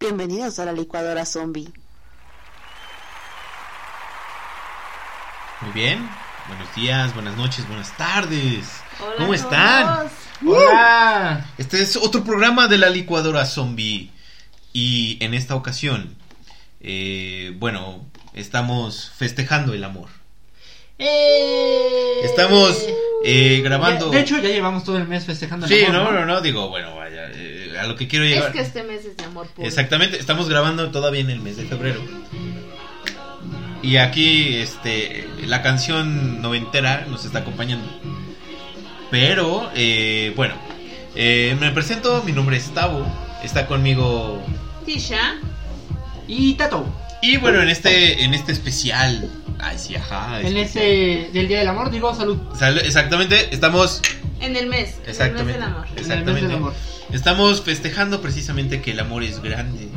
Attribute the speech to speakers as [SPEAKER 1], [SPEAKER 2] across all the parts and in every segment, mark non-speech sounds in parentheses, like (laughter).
[SPEAKER 1] Bienvenidos a la licuadora zombie.
[SPEAKER 2] Muy bien. Buenos días, buenas noches, buenas tardes.
[SPEAKER 3] Hola
[SPEAKER 2] ¿Cómo
[SPEAKER 3] a
[SPEAKER 2] están?
[SPEAKER 3] todos.
[SPEAKER 2] Hola. Este es otro programa de la licuadora zombie. Y en esta ocasión, eh, bueno, estamos festejando el amor.
[SPEAKER 3] ¡Eh!
[SPEAKER 2] Estamos eh, grabando...
[SPEAKER 4] Ya- de hecho, ya llevamos todo el mes festejando. el
[SPEAKER 2] sí,
[SPEAKER 4] amor,
[SPEAKER 2] no, no, no, digo, bueno, vaya, eh, a lo que quiero
[SPEAKER 3] Es
[SPEAKER 2] llegar.
[SPEAKER 3] que este mes es de amor puro.
[SPEAKER 2] Exactamente, estamos grabando todavía en el mes de febrero. Y aquí, este, la canción noventera nos está acompañando. Pero, eh, bueno, eh, me presento, mi nombre es Tavo, está conmigo.
[SPEAKER 3] Tisha.
[SPEAKER 4] Y Tato,
[SPEAKER 2] Y bueno, en este, en este especial. Ay, sí, ajá.
[SPEAKER 4] en
[SPEAKER 2] especial.
[SPEAKER 4] este del Día del Amor, digo salud.
[SPEAKER 2] Sal- Exactamente, estamos.
[SPEAKER 3] En el mes.
[SPEAKER 2] Exactamente.
[SPEAKER 3] En el mes del
[SPEAKER 4] En
[SPEAKER 3] amor.
[SPEAKER 4] el mes del
[SPEAKER 2] Exactamente.
[SPEAKER 4] amor.
[SPEAKER 2] Estamos festejando precisamente que el amor es grande,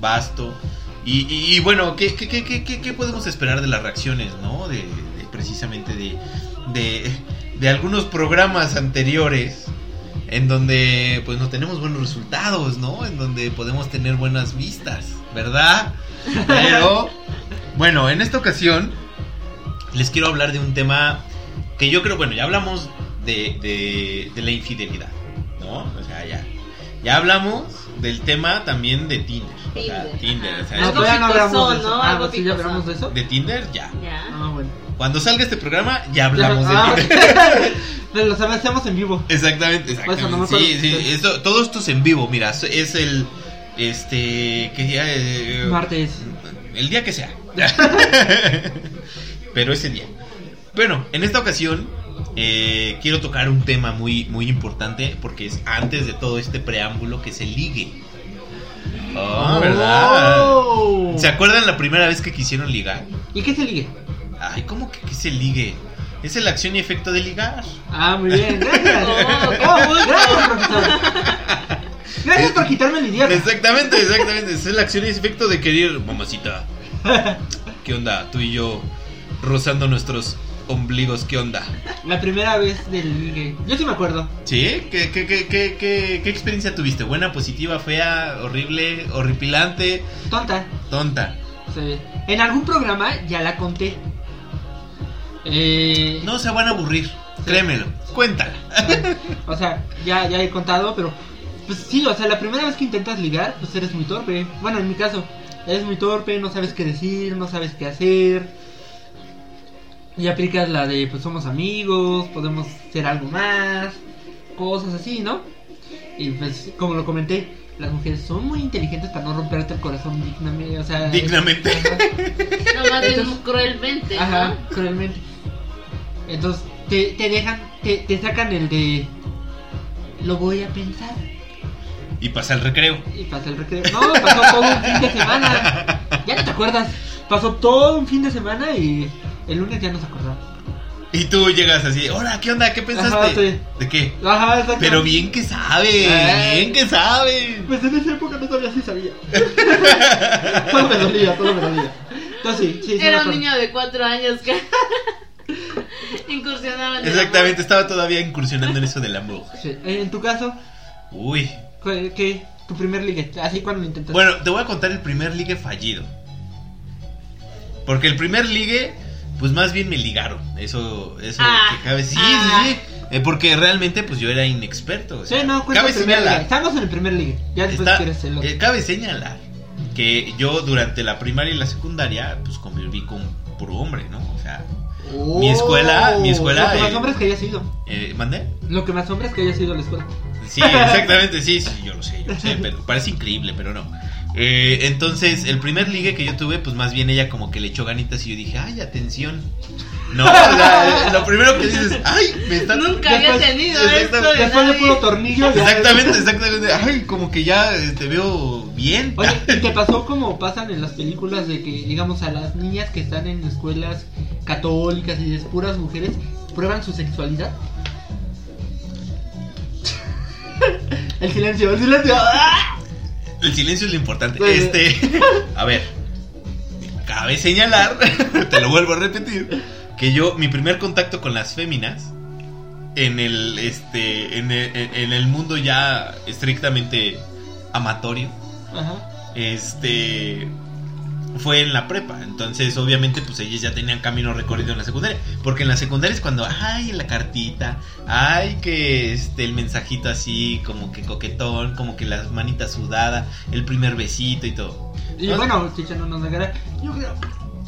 [SPEAKER 2] vasto. Y, y- y bueno, ¿qué, qué, qué- qué- qué- qué podemos esperar de las reacciones, no? De, de- precisamente de, de, de algunos programas anteriores en donde pues no tenemos buenos resultados, ¿no? En donde podemos tener buenas vistas, ¿verdad? Pero bueno, en esta ocasión les quiero hablar de un tema que yo creo, bueno, ya hablamos de, de, de la infidelidad, ¿no? O sea, ya, ya hablamos del tema también de Tinder. O sea,
[SPEAKER 3] Tinder,
[SPEAKER 2] Tinder, o sea,
[SPEAKER 3] Algo
[SPEAKER 4] No, todavía no
[SPEAKER 3] picosón,
[SPEAKER 4] hablamos de eso.
[SPEAKER 3] ¿no?
[SPEAKER 4] Ah,
[SPEAKER 3] Algo
[SPEAKER 4] sí, ya
[SPEAKER 3] picosón.
[SPEAKER 4] hablamos de eso.
[SPEAKER 2] de Tinder ya.
[SPEAKER 3] Ya.
[SPEAKER 4] Ah, bueno.
[SPEAKER 2] Cuando salga este programa ya hablamos de
[SPEAKER 4] Ah,
[SPEAKER 2] Tinder.
[SPEAKER 4] (laughs) Pero los hacemos en vivo.
[SPEAKER 2] Exactamente,
[SPEAKER 4] Pues, a lo
[SPEAKER 2] exactamente.
[SPEAKER 4] mejor-
[SPEAKER 2] sí, sí, esto- todo esto es en vivo, mira, es- es el este que día Eh,
[SPEAKER 4] Martes.
[SPEAKER 2] el día que sea. (laughs) Pero ese día. Bueno, en esta ocasión eh, quiero tocar un tema muy muy importante porque es antes de todo este preámbulo que se ligue.
[SPEAKER 4] Ah,
[SPEAKER 2] Oh, ¿verdad?
[SPEAKER 4] Oh.
[SPEAKER 2] ¿Se acuerdan la primera vez que quisieron ligar?
[SPEAKER 4] ¿Y qué se ligue?
[SPEAKER 2] Ay, ¿cómo que, que se ligue? Es la acción y efecto de ligar.
[SPEAKER 4] Ah, muy
[SPEAKER 2] (laughs)
[SPEAKER 4] bien. Gracias.
[SPEAKER 3] Oh, qué
[SPEAKER 4] Oh, gracias, profesor. Gracias por quitarme el idiota.
[SPEAKER 2] Exactamente, exactamente. Esa es la acción y efecto de querer, mamacita. ¿Qué onda? Tú y yo rozando nuestros ombligos, ¿qué onda?
[SPEAKER 4] La primera vez del ligue. Yo sí me acuerdo.
[SPEAKER 2] ¿Sí? ¿Qué, qué, qué, qué, qué, qué experiencia tuviste? ¿Buena, positiva, fea, horrible, horripilante,
[SPEAKER 4] Tonta.
[SPEAKER 2] tonta?
[SPEAKER 4] Sí. En algún programa ya la conté. Eh,
[SPEAKER 2] No se van a aburrir, créemelo. Cuéntala.
[SPEAKER 4] O sea, ya, ya he contado, pero pues sí, o sea, la primera vez que intentas ligar, pues eres muy torpe. Bueno, en mi caso, eres muy torpe, no sabes qué decir, no sabes qué hacer. Y aplicas la de, pues somos amigos, podemos hacer algo más, cosas así, ¿no? Y pues, como lo comenté, las mujeres son muy inteligentes para no romperte el corazón dignamente, o sea... (laughs)
[SPEAKER 2] Dignamente.
[SPEAKER 3] No más bien
[SPEAKER 4] Entonces-
[SPEAKER 3] cruelmente. ¿no?
[SPEAKER 4] Ajá, cruelmente. Entonces, te, te dejan, te, te sacan el de... Lo voy a pensar.
[SPEAKER 2] Y pasa el recreo.
[SPEAKER 4] Y pasó el recreo. No, pasó todo un fin de semana. Ya no te acuerdas. Pasó todo un fin de semana y el lunes ya nos acordamos.
[SPEAKER 2] Y tú llegas así, hola, ¿qué onda? ¿Qué pensaste?
[SPEAKER 4] Ajá, sí. Ah.
[SPEAKER 2] ¿De qué?
[SPEAKER 4] Ajá, exacto.
[SPEAKER 2] Pero bien que sabe,
[SPEAKER 4] Ay.
[SPEAKER 2] bien que sabe.
[SPEAKER 4] Pues en esa época no sabía si sabía. (laughs) todo me dolía, todo me dolía. Entonces sí, sí, sí. me
[SPEAKER 3] Era un
[SPEAKER 4] acuerdo.
[SPEAKER 3] niño de cuatro años que (laughs) incursionaba en el
[SPEAKER 2] Exactamente, estaba todavía incursionando en eso del amor.
[SPEAKER 4] Sí. En tu caso,
[SPEAKER 2] Uy.
[SPEAKER 4] ¿cu- ¿qué? Tu primer ligue. Así cuando lo intentas.
[SPEAKER 2] Bueno, te voy a contar el primer ligue fallido. Porque el primer ligue, pues más bien me ligaron. Eso, eso
[SPEAKER 3] Ah.
[SPEAKER 2] que cabe. Sí,
[SPEAKER 3] Ah.
[SPEAKER 2] sí, sí. Eh, porque realmente, pues yo era inexperto. o
[SPEAKER 4] Sí,
[SPEAKER 2] sea,
[SPEAKER 4] no, cuenta
[SPEAKER 2] cabe
[SPEAKER 4] el primer ligue.
[SPEAKER 2] señalar.
[SPEAKER 4] Estamos en el primer ligue. Ya después
[SPEAKER 2] está-
[SPEAKER 4] quieres el otro.
[SPEAKER 2] eh, cabe señalar que yo durante la primaria y la secundaria, pues conviví con puro hombre, ¿no? O sea, mi escuela- mi escuela,
[SPEAKER 4] Oh. Lo que más
[SPEAKER 2] eh,
[SPEAKER 4] hombres que haya sido.
[SPEAKER 2] eh, ¿mandé?
[SPEAKER 4] Lo que más hombres que haya sido la escuela.
[SPEAKER 2] Sí, exactamente, sí, sí, yo lo sé, yo lo sé, pero parece increíble, pero no. Eh, entonces, el primer ligue que yo tuve, pues más bien ella como que le echó ganitas y yo dije, ay, atención. No, o sea, eh, lo primero que dices, ay, me están...
[SPEAKER 3] Nunca había
[SPEAKER 4] Después-
[SPEAKER 3] tenido
[SPEAKER 2] exacta-
[SPEAKER 3] esto. de
[SPEAKER 4] Después de
[SPEAKER 3] nadie.
[SPEAKER 4] puro tornillo. ya-
[SPEAKER 2] Exactamente, exactamente, ay, como que ya eh, te veo bien.
[SPEAKER 4] Oye, ¿y te pasó como pasan en las películas de que, digamos, a las niñas que están en escuelas católicas y de puras mujeres prueban su sexualidad? (laughs) El silencio, el
[SPEAKER 3] (laughs)
[SPEAKER 4] silencio. ¡Ah!
[SPEAKER 2] El silencio es lo importante.
[SPEAKER 4] Bueno.
[SPEAKER 2] Este, a ver, Este, cabe señalar, (laughs) te lo vuelvo a repetir, que yo, mi primer contacto con las féminas, en el, este, en el, en el mundo ya estrictamente amatorio,
[SPEAKER 4] Ajá.
[SPEAKER 2] este fue en la prepa. Entonces, obviamente, pues ellas ya tenían camino recorrido en la secundaria. Porque en la secundaria es cuando, ay, la cartita, ay, que este, el mensajito así, como que coquetón, como que las manitas sudada, el primer besito y todo.
[SPEAKER 4] Y
[SPEAKER 2] Ah.
[SPEAKER 4] bueno, Chicha no nos negará. Yo creo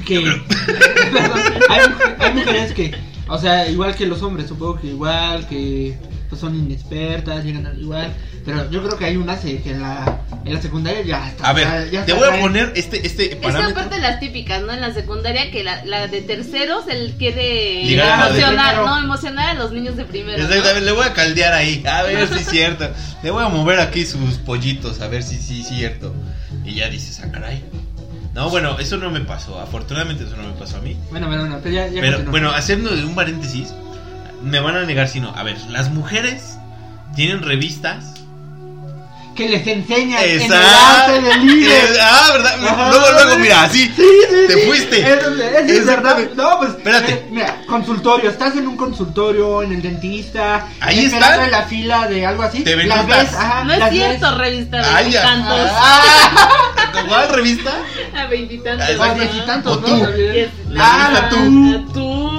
[SPEAKER 4] que. (laughs) Perdón, hay, mu- hay mujeres que. O sea, igual que los hombres, supongo que igual, que pues, son inexpertas, llegan al igual. Pero yo creo que hay unas eh, que en la, en la secundaria ya
[SPEAKER 2] A
[SPEAKER 4] está. ya-
[SPEAKER 2] ver,
[SPEAKER 4] ya
[SPEAKER 2] te
[SPEAKER 4] está,
[SPEAKER 2] voy a
[SPEAKER 4] traen-
[SPEAKER 2] poner este, este
[SPEAKER 3] Esa
[SPEAKER 2] parámetro.
[SPEAKER 3] parte de las típicas, ¿no? En la secundaria que la, la de terceros él quiere
[SPEAKER 2] Llegar a la de
[SPEAKER 3] emocionar,
[SPEAKER 4] primero.
[SPEAKER 3] ¿no? Emocionar a los niños de primero. ¿no?
[SPEAKER 2] Exactamente, le voy a caldear ahí, a ver si es cierto. Le voy a mover aquí sus pollitos, a ver si sí es cierto. Y ya dices, ah, caray. No, bueno, eso no me pasó. Afortunadamente, eso no me pasó a mí.
[SPEAKER 4] Bueno, bueno, bueno, pero ya.
[SPEAKER 2] Pero
[SPEAKER 4] ya continuamos.
[SPEAKER 2] bueno, haciendo un paréntesis, me van a negar si no. A ver, las mujeres tienen revistas.
[SPEAKER 4] Que les enseña en el
[SPEAKER 2] Exacto.
[SPEAKER 4] arte del líder.
[SPEAKER 2] Eh, Ah, ¿verdad?
[SPEAKER 4] Ajá.
[SPEAKER 2] Luego, luego, mira, así.
[SPEAKER 4] Sí, sí,
[SPEAKER 2] Te
[SPEAKER 4] sí.
[SPEAKER 2] fuiste.
[SPEAKER 4] Eso, eso es verdad.
[SPEAKER 2] Exactamente.
[SPEAKER 4] No, pues.
[SPEAKER 2] Espérate.
[SPEAKER 4] eh, mira, consultorio. Estás en un consultorio, en el dentista.
[SPEAKER 2] Ahí está.
[SPEAKER 4] esperando en la fila de algo así.
[SPEAKER 2] Te ven
[SPEAKER 4] las
[SPEAKER 2] notas.
[SPEAKER 4] ves, ajá,
[SPEAKER 3] No es
[SPEAKER 4] las
[SPEAKER 3] cierto,
[SPEAKER 4] ves.
[SPEAKER 3] revista
[SPEAKER 2] Ay, ya.
[SPEAKER 3] veintitantos. (laughs)
[SPEAKER 2] Ah, ¿Cuál revista?
[SPEAKER 3] A veintitantos.
[SPEAKER 2] Ah,
[SPEAKER 4] O
[SPEAKER 2] exacto.
[SPEAKER 4] veintitantos,
[SPEAKER 2] O
[SPEAKER 4] ¿no?
[SPEAKER 2] tú.
[SPEAKER 4] También.
[SPEAKER 3] Yes,
[SPEAKER 2] Ah, la tú.
[SPEAKER 3] la tú.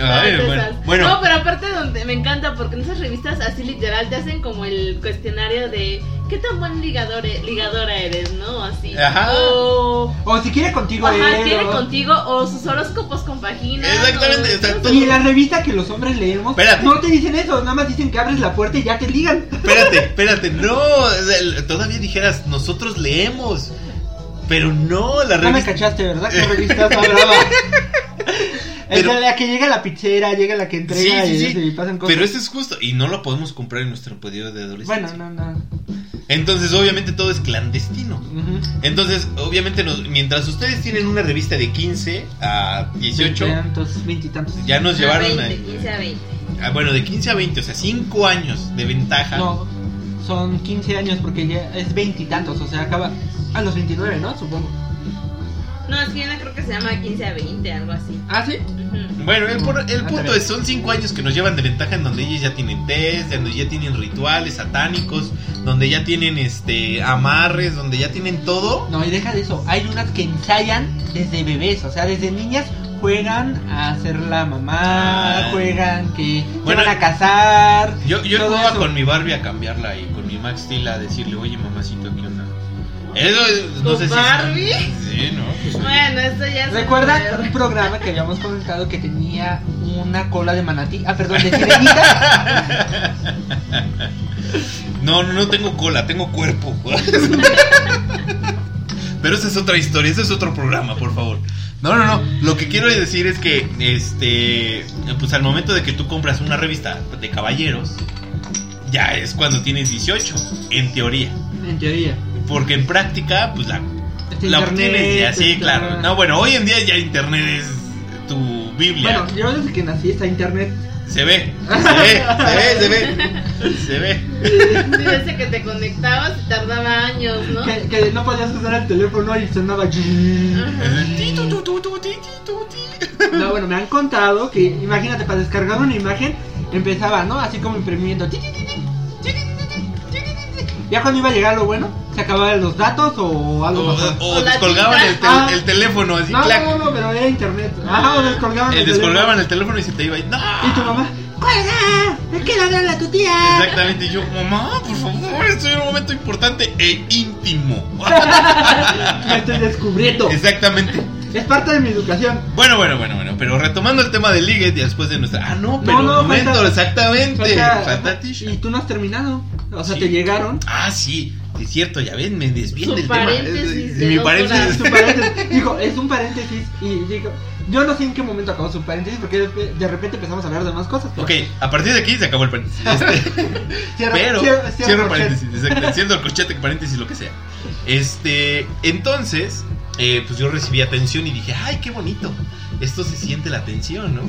[SPEAKER 2] Ay,
[SPEAKER 3] Todas
[SPEAKER 2] Ah, eh, bueno.
[SPEAKER 3] esas.
[SPEAKER 2] Bueno.
[SPEAKER 3] No, pero aparte donde me encanta porque en esas revistas así literal te hacen como el cuestionario de qué tan buen ligador e- ligadora eres, ¿no? Así.
[SPEAKER 2] Ajá.
[SPEAKER 3] O
[SPEAKER 4] O si quiere contigo,
[SPEAKER 3] ajá,
[SPEAKER 4] eh,
[SPEAKER 3] quiere
[SPEAKER 4] o-
[SPEAKER 3] contigo o sus horóscopos con páginas.
[SPEAKER 2] Exactamente, o sea, todo-
[SPEAKER 4] Y en la revista que los hombres leemos,
[SPEAKER 2] Espérate.
[SPEAKER 4] no te dicen eso, nada más dicen que abres la puerta y ya te ligan.
[SPEAKER 2] Espérate, espérate, no, o sea, el- todavía dijeras, nosotros leemos, pero no, la
[SPEAKER 4] No me
[SPEAKER 2] revista...
[SPEAKER 4] cachaste,
[SPEAKER 2] (laughs)
[SPEAKER 4] ¿verdad? ¿Qué revista está brava? Es
[SPEAKER 2] Pero-
[SPEAKER 4] la que llega a la pizzera, llega la que
[SPEAKER 2] Sí,
[SPEAKER 4] entrega
[SPEAKER 2] sí,
[SPEAKER 4] y,
[SPEAKER 2] sí,
[SPEAKER 4] eso, y pasan cosas.
[SPEAKER 2] pero esto es justo, y no lo podemos comprar en nuestro periodo de adolescencia.
[SPEAKER 4] Bueno, no, no.
[SPEAKER 2] Entonces, obviamente, todo es clandestino.
[SPEAKER 4] Ujú.
[SPEAKER 2] Entonces, obviamente, nos- mientras ustedes tienen una revista de 15 a 18,
[SPEAKER 4] Veintitantos, veintitantos.
[SPEAKER 2] ya nos llevaron a,
[SPEAKER 3] 20, 15 a 20.
[SPEAKER 2] a- Bueno, de 15 a 20, o sea, 5 años de ventaja.
[SPEAKER 4] No, son 15 años porque ya es veintitantos, o sea, acaba a los 29, ¿no? Supongo.
[SPEAKER 3] No, es que yo no creo que se llama 15 a 20, algo así.
[SPEAKER 4] Ah, sí.
[SPEAKER 3] Ujú.
[SPEAKER 2] Bueno, el, por- el
[SPEAKER 4] Ah,
[SPEAKER 2] punto
[SPEAKER 4] también.
[SPEAKER 2] es, son cinco años que nos llevan de ventaja en donde ellos ya tienen test, donde ya tienen rituales satánicos, donde ya tienen este amarres, donde ya tienen todo.
[SPEAKER 4] No, y deja de eso. Hay unas que ensayan desde bebés, o sea, desde niñas juegan a ser la mamá,
[SPEAKER 2] Ah.
[SPEAKER 4] juegan que
[SPEAKER 2] Bueno,
[SPEAKER 4] se van a casar.
[SPEAKER 2] Yo, yo
[SPEAKER 4] todo
[SPEAKER 2] jugaba
[SPEAKER 4] eso.
[SPEAKER 2] con mi Barbie a cambiarla y con mi Max Steel a decirle, oye mamacito, ¿qué onda? Eso es, no
[SPEAKER 3] ¿Con
[SPEAKER 2] sé si-
[SPEAKER 3] Barbie?
[SPEAKER 2] Sí, ¿no? Pues,
[SPEAKER 3] Bueno, esto ya es
[SPEAKER 4] ¿Recuerdan
[SPEAKER 3] súper-
[SPEAKER 4] un programa que habíamos comentado que tenía una cola de manatí? Ah,
[SPEAKER 2] (laughs)
[SPEAKER 4] perdón, de sirenita.
[SPEAKER 2] (laughs) No, no, no tengo cola, tengo cuerpo. (laughs) Pero esa es otra historia, ese es otro programa, por favor. No, no, no. Lo que quiero decir es que, este, pues al momento de que tú compras una revista de caballeros, ya es cuando tienes 18, en teoría.
[SPEAKER 4] En teoría.
[SPEAKER 2] Porque en práctica, pues la,
[SPEAKER 4] Está
[SPEAKER 2] la
[SPEAKER 4] Este internet, pues, este,
[SPEAKER 2] obtienes ya, sí,
[SPEAKER 4] está-
[SPEAKER 2] claro. No, bueno, hoy en día ya internet es tu Biblia.
[SPEAKER 4] Bueno, yo desde que nací está internet.
[SPEAKER 2] Se ve, se ve, se ve, se ve, se
[SPEAKER 4] (laughs)
[SPEAKER 2] ve.
[SPEAKER 3] Sí, ese que te conectabas y tardaba años, ¿no?
[SPEAKER 4] Que, que no podías usar el teléfono y sonaba.
[SPEAKER 2] Ti, tu, tu, tu, tu, ti, ti, tu, ti.
[SPEAKER 4] No, bueno, me han contado que, imagínate, para descargar una imagen empezaba, ¿no? Así como imprimiendo. ti, ti, ti, ti, ti, ti, ti, ti, ti, ti. Ya cuando iba a llegar lo bueno, se acababan los datos o algo
[SPEAKER 2] O,
[SPEAKER 4] pasó.
[SPEAKER 2] o
[SPEAKER 3] O la
[SPEAKER 2] descolgaban
[SPEAKER 3] tinta.
[SPEAKER 2] el, te-
[SPEAKER 4] Ah.
[SPEAKER 2] el teléfono así,
[SPEAKER 4] No,
[SPEAKER 2] clac.
[SPEAKER 4] no, no, pero era internet. Ah, o descolgaban.
[SPEAKER 2] Eh,
[SPEAKER 4] el
[SPEAKER 2] descolgaban el teléfono y se te iba. Y, ¡No!
[SPEAKER 4] teléfono. Y tu mamá, ¡cuelga! ¡Es que la la tu tía!
[SPEAKER 2] Exactamente. Y yo, mamá, por favor, estoy en un momento importante e íntimo.
[SPEAKER 4] Me estoy
[SPEAKER 2] (laughs)
[SPEAKER 4] descubriendo.
[SPEAKER 2] Exactamente.
[SPEAKER 4] Es parte de mi educación.
[SPEAKER 2] Bueno, bueno, bueno, bueno. Pero retomando el tema del ligue después de nuestra. Ah, no, pero
[SPEAKER 4] no,
[SPEAKER 2] un momento,
[SPEAKER 4] falta-
[SPEAKER 2] exactamente.
[SPEAKER 4] Falta-
[SPEAKER 2] Falta
[SPEAKER 4] y
[SPEAKER 2] Tisha.
[SPEAKER 4] tú no has terminado. O sea,
[SPEAKER 2] Sí.
[SPEAKER 4] te llegaron.
[SPEAKER 2] Ah, sí. sí Es cierto, ya ven, me desvíen
[SPEAKER 3] Su
[SPEAKER 2] del tema.
[SPEAKER 3] paréntesis
[SPEAKER 2] Es-
[SPEAKER 3] de
[SPEAKER 2] Mi
[SPEAKER 3] dos
[SPEAKER 2] paréntesis.
[SPEAKER 4] (laughs) Su paréntesis. Dijo, es un paréntesis. Y digo, yo no sé en qué momento acabó su paréntesis porque de de repente empezamos a hablar de más cosas.
[SPEAKER 2] Ok, a partir de aquí se acabó el paréntesis.
[SPEAKER 4] (laughs)
[SPEAKER 2] Este,
[SPEAKER 4] Cierra-
[SPEAKER 2] Pero,
[SPEAKER 4] cier-
[SPEAKER 2] cierro,
[SPEAKER 4] cierra el
[SPEAKER 2] paréntesis, exacto, cierro el corchete, paréntesis, lo que sea. Este, entonces, eh, pues yo recibí atención y dije, ay, qué bonito, esto se siente la atención, ¿no?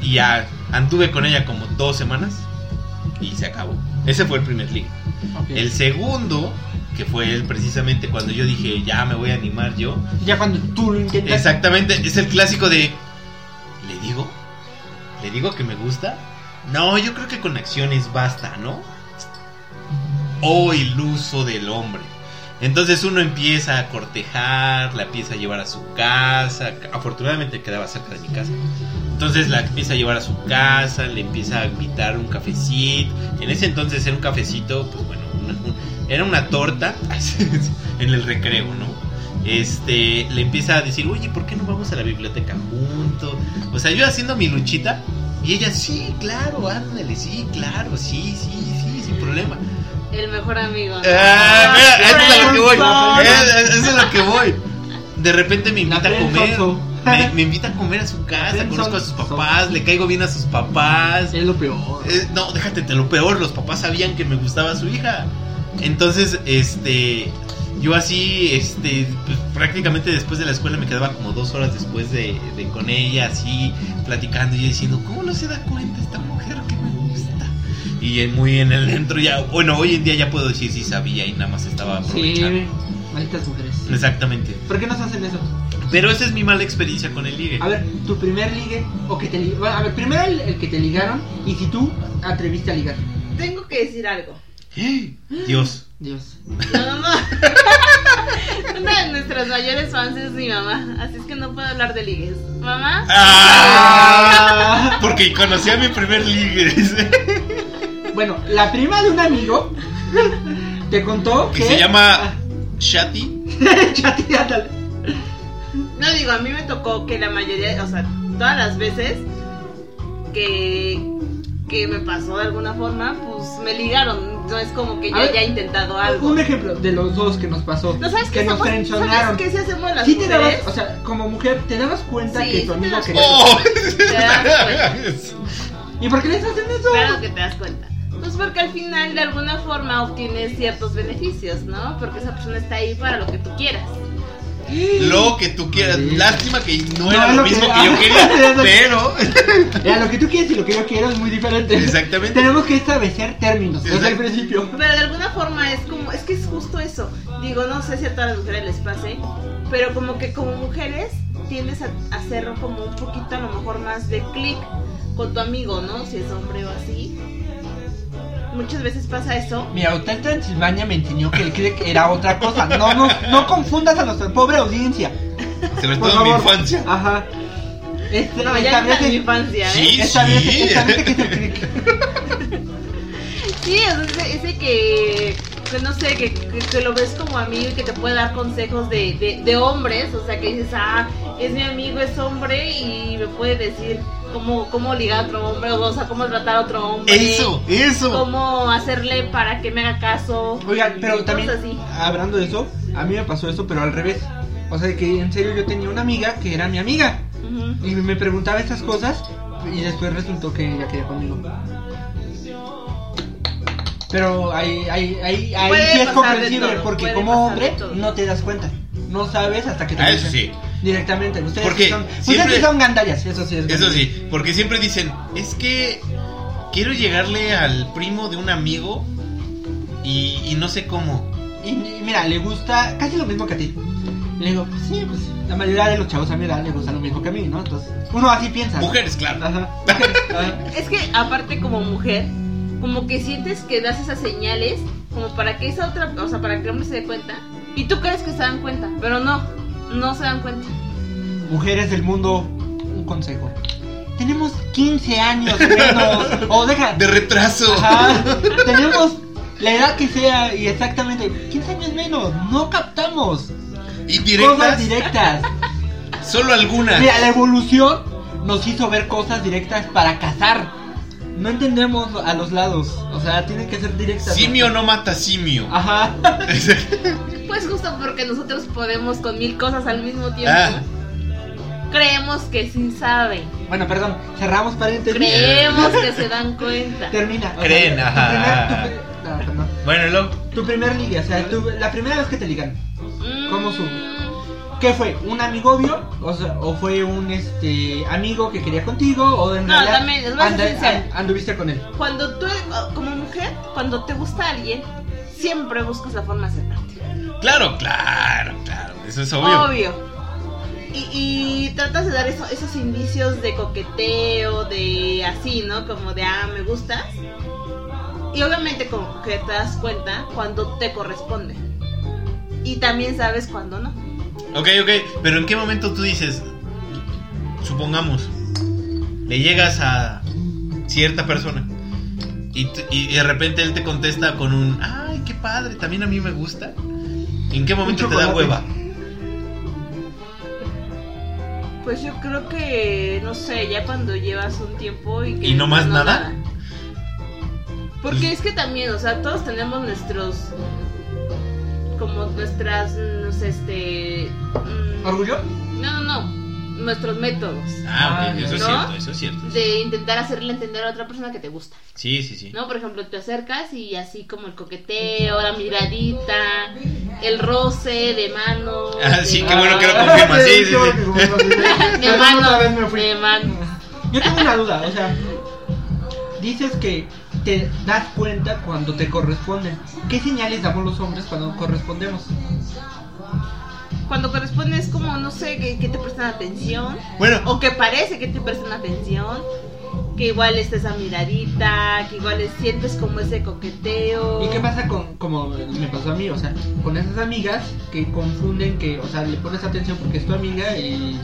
[SPEAKER 2] Y ya anduve con ella como dos semanas y se acabó. Ese fue el primer link.
[SPEAKER 4] Ok.
[SPEAKER 2] El segundo que fue el- precisamente cuando yo dije, ya me voy a animar yo.
[SPEAKER 4] Ya cuando tú lo intentas.
[SPEAKER 2] Exactamente, es el clásico de, ¿le digo? ¿Le digo que me gusta? No, yo creo que con acciones basta, ¿no? O el uso del hombre. Entonces uno empieza a cortejar, la empieza a llevar a su casa. Afortunadamente quedaba cerca de mi casa. Entonces la empieza a llevar a su casa, le empieza a invitar un cafecito. En ese entonces era un cafecito, pues bueno, una- un- era una torta (laughs) en el recreo, ¿no? Este, le empieza a decir, oye, ¿por qué no vamos a la biblioteca juntos? O sea, yo haciendo mi luchita y ella, sí, claro, ándale, sí, claro, sí, sí, sí, sin problema.
[SPEAKER 3] El mejor amigo. ¿no?
[SPEAKER 2] Ah, mira, eso es a lo que voy.
[SPEAKER 4] Friendzone.
[SPEAKER 2] Eh, Eso es a lo que voy. De repente me
[SPEAKER 4] La
[SPEAKER 2] invita a comer.
[SPEAKER 4] friendzone.
[SPEAKER 2] Me, me invita a comer a su casa,
[SPEAKER 4] Friendzone.
[SPEAKER 2] conozco a sus papás, le caigo bien a sus papás.
[SPEAKER 4] (laughs) Es lo peor.
[SPEAKER 2] Eh, no, déjate, te lo peor, los papás sabían que me gustaba su hija. Entonces, este, yo así, este, pues, prácticamente después de la escuela me quedaba como dos horas después de, de con ella, así, platicando y yo diciendo, ¿cómo no se da cuenta esta mujer que me gusta? Y eh, muy en el dentro ya, bueno, hoy en día ya puedo decir si sabía y nada más estaba aprovechando.
[SPEAKER 4] Sí, malditas mujeres.
[SPEAKER 2] Exactamente.
[SPEAKER 4] ¿Por qué nos hacen eso?
[SPEAKER 2] Pero esa es mi mala experiencia con el ligue.
[SPEAKER 4] A ver, tu primer ligue o que te li- bueno, a ver, primero el, el que te ligaron y si tú atreviste a ligar.
[SPEAKER 3] Tengo que decir algo.
[SPEAKER 2] ¡Eh! Dios.
[SPEAKER 4] Dios.
[SPEAKER 3] No, no, no. (laughs) Una de nuestras mayores fans es mi mamá, así es que no puedo hablar de ligues. Mamá,
[SPEAKER 2] Ah, porque conocí a mi primer ligue.
[SPEAKER 4] (laughs) Bueno, la prima de un amigo (laughs) te contó que
[SPEAKER 2] que se
[SPEAKER 4] (laughs) Ah.
[SPEAKER 2] llama Shati.
[SPEAKER 4] Chati, ándale.
[SPEAKER 3] no digo, a mí me tocó que la mayoría, o sea, todas las veces que, que me pasó de alguna forma, pues me ligaron. No es como que yo
[SPEAKER 4] A ver,
[SPEAKER 3] haya intentado algo.
[SPEAKER 4] Un ejemplo de los dos que nos pasó.
[SPEAKER 3] No sabes
[SPEAKER 4] que
[SPEAKER 3] qué
[SPEAKER 4] nos
[SPEAKER 3] somos-
[SPEAKER 4] traicionaron.
[SPEAKER 3] ¿Sabes qué se hacemos las
[SPEAKER 4] Sí te
[SPEAKER 3] mujeres?
[SPEAKER 4] dabas, o sea, como mujer, te dabas cuenta
[SPEAKER 3] Sí,
[SPEAKER 4] que
[SPEAKER 3] sí
[SPEAKER 4] tu
[SPEAKER 3] te
[SPEAKER 4] amigo
[SPEAKER 3] das
[SPEAKER 4] quería.
[SPEAKER 2] ¡Oh!
[SPEAKER 3] Te das
[SPEAKER 4] ¿Y por qué le hacen eso?
[SPEAKER 3] Claro que te das cuenta. Pues porque al final de alguna forma obtienes ciertos beneficios, ¿no? Porque esa persona está ahí para lo que tú quieras.
[SPEAKER 2] Lo que tú quieras. Lástima que no
[SPEAKER 4] No,
[SPEAKER 2] era
[SPEAKER 4] lo
[SPEAKER 2] lo
[SPEAKER 4] que-
[SPEAKER 2] mismo que
[SPEAKER 4] (laughs)
[SPEAKER 2] yo
[SPEAKER 4] Es
[SPEAKER 2] quería,
[SPEAKER 4] lo que- (laughs)
[SPEAKER 2] pero.
[SPEAKER 4] Mira, lo que tú quieres y lo que yo quiero es muy diferente.
[SPEAKER 2] Exactamente.
[SPEAKER 4] Tenemos que establecer términos desde el
[SPEAKER 2] Exacto.
[SPEAKER 4] principio.
[SPEAKER 3] Pero de alguna forma es como, es que es justo eso. Digo, no sé si a todas las mujeres les pase, pero como que como mujeres tiendes a a hacer como un poquito a lo mejor más de clic con tu amigo, ¿no? Si es hombre o así. Muchas veces pasa eso.
[SPEAKER 4] Mira, Hotel Transilvania me enseñó que el click era otra cosa. No, no, no confundas a nuestra pobre audiencia.
[SPEAKER 2] Sobre
[SPEAKER 4] Por
[SPEAKER 2] todo en mi
[SPEAKER 4] favor. Ah,
[SPEAKER 2] infancia.
[SPEAKER 4] Ajá. Este,
[SPEAKER 3] No, ya entra en mi
[SPEAKER 4] establece,
[SPEAKER 3] infancia, ¿eh?
[SPEAKER 2] Sí,
[SPEAKER 4] establece,
[SPEAKER 2] sí.
[SPEAKER 4] establece que es el click.
[SPEAKER 3] Sí, o sea, ese, ese que, que no sé, que, que, que lo ves como amigo y que te puede dar consejos de, de, de hombres, o sea, que dices, ah, es mi amigo, es hombre y me puede decir cómo, cómo ligar a otro hombre, o sea, cómo tratar a otro hombre.
[SPEAKER 2] Eso, eso.
[SPEAKER 3] Cómo hacerle para que me haga caso.
[SPEAKER 4] Oigan, pero
[SPEAKER 3] cosas
[SPEAKER 4] también,
[SPEAKER 3] así.
[SPEAKER 4] hablando de eso, a mí me pasó eso, pero al revés. O sea, que en serio yo tenía una amiga que era mi amiga
[SPEAKER 3] Ujú.
[SPEAKER 4] y me preguntaba estas cosas y después resultó que ella quería conmigo. Pero ahí, ahí, ahí, ahí
[SPEAKER 3] Puede
[SPEAKER 4] sí es
[SPEAKER 3] pasar de
[SPEAKER 4] comprensible
[SPEAKER 3] todo,
[SPEAKER 4] porque
[SPEAKER 3] puede
[SPEAKER 4] como
[SPEAKER 3] pasar de
[SPEAKER 4] hombre
[SPEAKER 3] todo.
[SPEAKER 4] no te das cuenta. No sabes hasta que te
[SPEAKER 2] Ah, eso
[SPEAKER 4] dicen.
[SPEAKER 2] sí.
[SPEAKER 4] Directamente. Ustedes
[SPEAKER 2] Porque
[SPEAKER 4] sí son,
[SPEAKER 2] siempre-
[SPEAKER 4] ustedes sí son gandallas, eso sí es
[SPEAKER 2] Eso
[SPEAKER 4] gandalla.
[SPEAKER 2] sí. Porque siempre dicen, es que quiero llegarle al primo de un amigo y, y no sé cómo.
[SPEAKER 4] Y, y mira, le gusta casi lo mismo que a ti. Le digo, pues sí, pues la mayoría de los chavos a mi edad le gusta lo mismo que a mí, ¿no? Entonces, uno así piensa. ¿no?
[SPEAKER 2] Mujeres, claro.
[SPEAKER 4] Ajá. mujeres, ajá.
[SPEAKER 3] Es que aparte como mujer, como que sientes que das esas señales como para que esa otra, o sea, para que el hombre se dé cuenta. Y tú crees que se dan cuenta, pero no, no se dan cuenta.
[SPEAKER 4] Mujeres del mundo, un consejo. Tenemos 15 años menos. o deja.
[SPEAKER 2] De retraso.
[SPEAKER 4] Ajá. Tenemos la edad que sea y exactamente 15 años menos. No captamos
[SPEAKER 2] Y directas.
[SPEAKER 4] cosas directas.
[SPEAKER 2] Solo algunas.
[SPEAKER 4] Mira, la evolución nos hizo ver cosas directas para cazar. No entendemos a los lados. O sea, tienen que ser directas.
[SPEAKER 2] Simio no mata simio.
[SPEAKER 3] Ah.
[SPEAKER 2] (laughs)
[SPEAKER 4] Ajá. (laughs)
[SPEAKER 3] Pues justo porque nosotros podemos con mil cosas al mismo tiempo.
[SPEAKER 2] Ah.
[SPEAKER 3] Creemos que sí saben.
[SPEAKER 4] Bueno, perdón. Cerramos paréntesis.
[SPEAKER 3] Creemos que se
[SPEAKER 2] (laughs)
[SPEAKER 3] dan cuenta.
[SPEAKER 4] Termina. o sea,
[SPEAKER 2] Creen,
[SPEAKER 4] tu
[SPEAKER 2] ajá.
[SPEAKER 4] primer- tu pri- no, no.
[SPEAKER 2] Bueno, luego.
[SPEAKER 4] Tu primer ligue, o sea, tu- la primera vez que te ligan.
[SPEAKER 3] Mm,
[SPEAKER 4] ¿Cómo supo? ¿Qué fue? ¿Un amigo obvio? O, sea, ¿O fue un este amigo que quería contigo? ¿O en
[SPEAKER 3] No,
[SPEAKER 4] realidad
[SPEAKER 3] también, les voy a ser sincera.
[SPEAKER 4] an- anduviste con él?
[SPEAKER 3] oh, Cuando tú, como mujer, cuando te gusta alguien, siempre buscas la forma de acercarte.
[SPEAKER 2] Claro, claro, claro. Eso es obvio.
[SPEAKER 3] Obvio. Y, y tratas de dar eso- esos indicios de coqueteo, de así, ¿no? Como de, ah, me gustas. Y obviamente como que te das cuenta cuando te corresponde. Y también sabes cuando no.
[SPEAKER 2] Ok, ok. Pero ¿en qué momento tú dices, supongamos, le llegas a cierta persona y, t- y de repente él te contesta con un, ay, qué padre, también a mí me gusta? ¿En qué momento te da
[SPEAKER 4] chocolate.
[SPEAKER 2] hueva?
[SPEAKER 3] Pues yo creo que, no sé, ya cuando llevas un tiempo y que...
[SPEAKER 2] ¿Y no más nada? Pues
[SPEAKER 3] Porque es que también, o sea, todos tenemos nuestros... Como nuestras, no sé, este... mm,
[SPEAKER 4] ¿Orgullo?
[SPEAKER 3] No, no, no. Nuestros métodos.
[SPEAKER 2] Ah, ok,
[SPEAKER 4] Ah,
[SPEAKER 2] eso es
[SPEAKER 3] ¿no?
[SPEAKER 2] cierto, eso es cierto.
[SPEAKER 3] De intentar hacerle entender a otra persona que te gusta.
[SPEAKER 2] Sí, sí, sí.
[SPEAKER 3] ¿No? Por ejemplo, te acercas y así como el coqueteo, la miradita, el roce de mano.
[SPEAKER 2] Ah,
[SPEAKER 3] de-
[SPEAKER 2] sí, qué bueno que lo
[SPEAKER 4] Ah,
[SPEAKER 2] confirma, sí, sí,
[SPEAKER 4] (laughs) qué bueno que
[SPEAKER 2] sí.
[SPEAKER 4] confirma, sí,
[SPEAKER 3] (laughs)
[SPEAKER 4] sí.
[SPEAKER 3] De
[SPEAKER 4] Perdón, otra vez me
[SPEAKER 3] mano.
[SPEAKER 4] fui.
[SPEAKER 3] De mano.
[SPEAKER 4] Yo tengo una duda, o sea, dices que te das cuenta cuando te corresponden. ¿Qué señales damos los hombres cuando correspondemos?
[SPEAKER 3] Cuando corresponde es como, no sé, que, que te prestan atención.
[SPEAKER 2] Bueno,
[SPEAKER 3] O que parece que te prestan atención. Que igual está esa miradita. Que igual sientes como ese coqueteo.
[SPEAKER 4] ¿Y qué pasa con, como me pasó a mí, o sea, con esas amigas que confunden que, o sea, le pones atención porque es tu amiga y...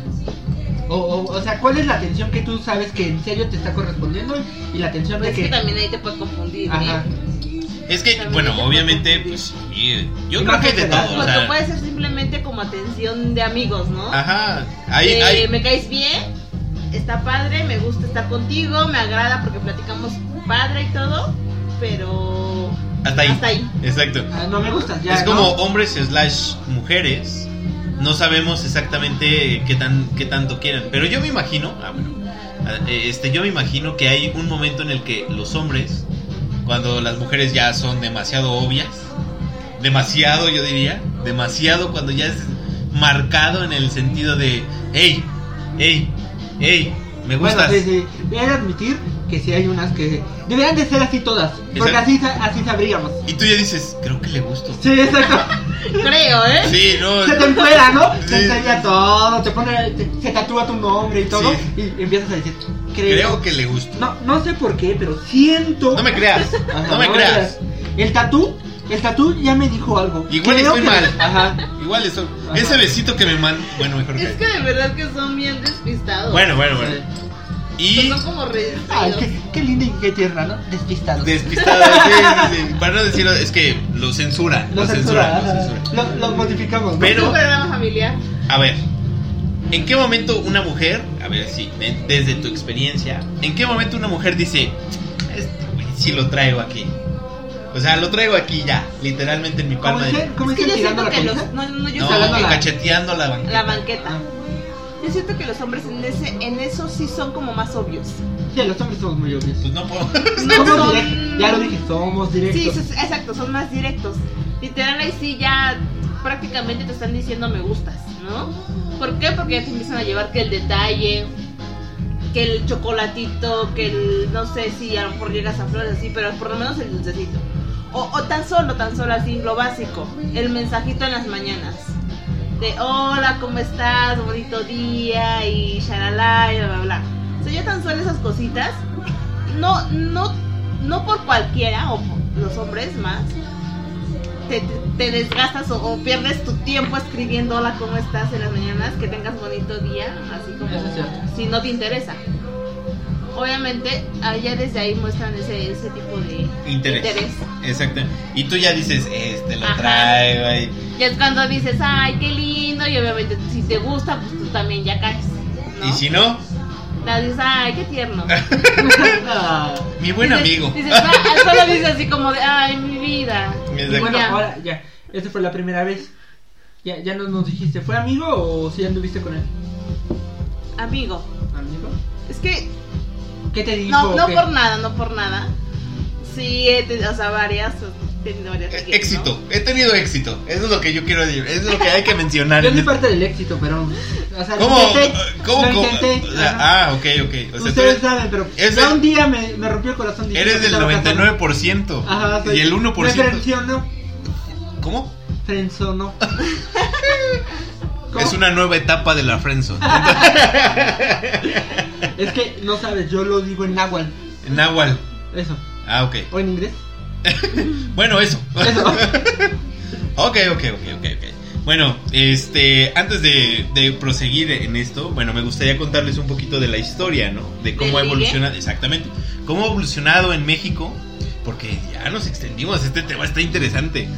[SPEAKER 4] O, o, o sea, ¿cuál es la atención que tú sabes que en serio te está correspondiendo y la atención de
[SPEAKER 3] Pues es
[SPEAKER 4] que...
[SPEAKER 3] que también ahí te puede confundir.
[SPEAKER 4] Ajá.
[SPEAKER 3] ¿eh?
[SPEAKER 2] es que, bueno, obviamente, pues, sí, yo creo que es de todo, o
[SPEAKER 3] Cuando
[SPEAKER 2] sea,
[SPEAKER 3] puede ser simplemente como atención de amigos, ¿no? Eh,
[SPEAKER 2] ajá, ahí,
[SPEAKER 3] De,
[SPEAKER 2] ahí,
[SPEAKER 3] Me caes bien, está padre, me gusta estar contigo, me agrada porque platicamos padre y todo, pero
[SPEAKER 2] hasta ahí,
[SPEAKER 3] hasta ahí. (laughs)
[SPEAKER 2] exacto.
[SPEAKER 4] Ah, no me gusta, ya.
[SPEAKER 2] es como
[SPEAKER 4] ¿no?
[SPEAKER 2] hombres slash mujeres. No sabemos exactamente qué tan qué tanto quieran, pero yo me imagino, ah, bueno, ah, eh, este, yo me imagino que hay un momento en el que los hombres, cuando las mujeres ya son demasiado obvias, demasiado, yo diría, demasiado cuando ya es marcado en el sentido de, hey, hey, hey, me
[SPEAKER 4] Bueno,
[SPEAKER 2] gustas.
[SPEAKER 4] sí, sí. He de admitir que sí hay unas que deberían de ser así todas, porque
[SPEAKER 2] Exacto.
[SPEAKER 4] así, sa- así sabríamos.
[SPEAKER 2] Y tú ya dices, creo que le gusto.
[SPEAKER 4] Sí, exacto.
[SPEAKER 3] Creo, ¿eh?
[SPEAKER 2] Sí, no.
[SPEAKER 4] Se te encuera, ¿no?
[SPEAKER 2] Sí.
[SPEAKER 4] Te enseña todo, te pone, te- se tatúa tu nombre y todo, y empiezas a decir, creo.
[SPEAKER 2] Creo que le gusto.
[SPEAKER 4] No, no sé por qué, pero siento.
[SPEAKER 2] No me creas.
[SPEAKER 4] Ajá,
[SPEAKER 2] No me creas.
[SPEAKER 4] El tatú, el tatú ya me dijo algo.
[SPEAKER 2] Igual
[SPEAKER 4] Creo
[SPEAKER 2] estoy
[SPEAKER 4] que-
[SPEAKER 2] mal.
[SPEAKER 4] Ajá.
[SPEAKER 2] Igual eso.
[SPEAKER 4] Ajá.
[SPEAKER 2] Ese besito que me mandan. Bueno, mejor
[SPEAKER 3] Es
[SPEAKER 2] que.
[SPEAKER 3] que de verdad que son bien despistados.
[SPEAKER 2] Bueno, bueno, bueno. Y.
[SPEAKER 3] Son como redes.
[SPEAKER 4] Ay, qué, qué linda y qué tierna, ¿no? Despistado.
[SPEAKER 2] Despistado. sí, sí, sí. Para no decirlo, es que lo censura. Lo,
[SPEAKER 4] Lo
[SPEAKER 2] censura.
[SPEAKER 4] censura,
[SPEAKER 2] lo
[SPEAKER 4] ajá.
[SPEAKER 2] censura.
[SPEAKER 4] Lo- lo modificamos. ¿no?
[SPEAKER 2] Pero-
[SPEAKER 3] Es un programa familiar.
[SPEAKER 2] A ver. ¿En qué momento una mujer. A ver, sí. de- desde tu experiencia. ¿En qué momento una mujer dice. Este güey sí lo traigo aquí? O sea, lo traigo aquí ya. Literalmente en mi
[SPEAKER 4] ¿Cómo
[SPEAKER 2] palma de.
[SPEAKER 4] dicen? ¿Cómo
[SPEAKER 3] Es que
[SPEAKER 4] dicen
[SPEAKER 3] yo
[SPEAKER 4] tirando la
[SPEAKER 3] siento que los.
[SPEAKER 4] colija?
[SPEAKER 3] No, no, yo
[SPEAKER 2] No,
[SPEAKER 3] siento que-
[SPEAKER 4] la-
[SPEAKER 2] cacheteando la banqueta.
[SPEAKER 3] la
[SPEAKER 4] Ah,
[SPEAKER 3] banqueta. Yo siento que los hombres en ese, en eso sí son como más
[SPEAKER 4] (laughs)
[SPEAKER 3] obvios.
[SPEAKER 4] Sí, los hombres somos muy obvios.
[SPEAKER 2] Pues no puedo.
[SPEAKER 3] No
[SPEAKER 4] Somos
[SPEAKER 3] son-
[SPEAKER 4] directos. Ya lo dije, somos directos.
[SPEAKER 3] Sí, sí, sí, exacto, son más directos. Literal, ahí sí ya prácticamente te están diciendo me gustas, ¿no? ¿Por qué? Porque ya te empiezan a llevar que el detalle, que el chocolatito, que el, no sé si a lo mejor llegas a flores así, pero por lo menos el dulcecito. O, o tan solo, tan solo así, lo básico, el mensajito en las mañanas. De hola, ¿cómo estás? Bonito día y shalala y bla bla bla. O sea, ya tan solo esas cositas, no, no no por cualquiera, o por los hombres más, te, te desgastas o, o pierdes tu tiempo escribiendo hola, ¿cómo estás en las mañanas? Que tengas bonito día, así como
[SPEAKER 4] Eso es cierto.
[SPEAKER 3] si no te interesa. Obviamente, allá desde ahí muestran ese, ese tipo de
[SPEAKER 2] Interés.
[SPEAKER 3] interés.
[SPEAKER 2] Exacto. Y tú ya dices, este lo
[SPEAKER 3] Ajá.
[SPEAKER 2] traigo ahí.
[SPEAKER 3] Y es cuando dices, ay, qué lindo, y obviamente si te gusta, pues tú también ya caes. ¿no?
[SPEAKER 2] Y si no,
[SPEAKER 3] La dices, ay, qué tierno.
[SPEAKER 4] (laughs) Ah,
[SPEAKER 2] mi (laughs) buen
[SPEAKER 3] Dices-
[SPEAKER 2] amigo.
[SPEAKER 3] Dices, "Ah", solo dices así como de, ay, mi vida.
[SPEAKER 4] y
[SPEAKER 2] Exacto.
[SPEAKER 4] bueno,
[SPEAKER 3] Ya.
[SPEAKER 4] ahora ya. Esta fue la primera vez. Ya, ya nos, nos dijiste, ¿fue amigo o si anduviste con él?
[SPEAKER 3] Amigo,
[SPEAKER 4] ¿Amigo?
[SPEAKER 3] es que
[SPEAKER 4] ¿Qué te dijo?
[SPEAKER 3] No,
[SPEAKER 4] o
[SPEAKER 3] no
[SPEAKER 4] qué?
[SPEAKER 3] por nada, no por nada. Sí, he tenido, o sea, varias. he tenido varias
[SPEAKER 2] Eh,
[SPEAKER 3] que, ¿no?
[SPEAKER 2] Éxito, he tenido éxito. Eso es lo que yo quiero decir. Eso es lo que hay que mencionar.
[SPEAKER 4] Yo soy parte del éxito, pero. O sea, lo
[SPEAKER 2] ¿Cómo?
[SPEAKER 4] intenté,
[SPEAKER 2] ¿Cómo?
[SPEAKER 4] lo
[SPEAKER 2] cómo?
[SPEAKER 4] intenté,
[SPEAKER 2] O sea,
[SPEAKER 4] ajá.
[SPEAKER 2] ah, ok, ok. O sea, tú
[SPEAKER 4] Ustedes
[SPEAKER 2] eres,
[SPEAKER 4] saben, pero
[SPEAKER 2] es
[SPEAKER 4] ya
[SPEAKER 2] el-
[SPEAKER 4] un día me, me rompió el corazón. diciendo
[SPEAKER 2] eres
[SPEAKER 4] que
[SPEAKER 2] del
[SPEAKER 4] estaba casado.
[SPEAKER 2] 99%
[SPEAKER 4] Ajá, soy-
[SPEAKER 2] y el
[SPEAKER 4] Me
[SPEAKER 2] 1%.
[SPEAKER 4] traicionó.
[SPEAKER 2] ¿Cómo? (laughs)
[SPEAKER 4] friendzonó. ¿Cómo?
[SPEAKER 2] Es una nueva etapa de la
[SPEAKER 4] (laughs)
[SPEAKER 2] friendzone.
[SPEAKER 4] Es que no sabes, yo lo digo en náhuatl.
[SPEAKER 2] En Nahual.
[SPEAKER 4] Eso.
[SPEAKER 2] Ah, ok.
[SPEAKER 4] O en
[SPEAKER 2] (laughs)
[SPEAKER 4] inglés.
[SPEAKER 2] Bueno,
[SPEAKER 4] (laughs)
[SPEAKER 2] eso.
[SPEAKER 4] Eso.
[SPEAKER 2] Ok, ok, ok, ok, ok. Bueno, este, antes de, de proseguir en esto, bueno, me gustaría contarles un poquito de la historia, ¿no? De cómo ha
[SPEAKER 3] ¿Del ligue?
[SPEAKER 2] evolucionado, exactamente, cómo ha evolucionado en México, porque ya nos extendimos, este tema está interesante,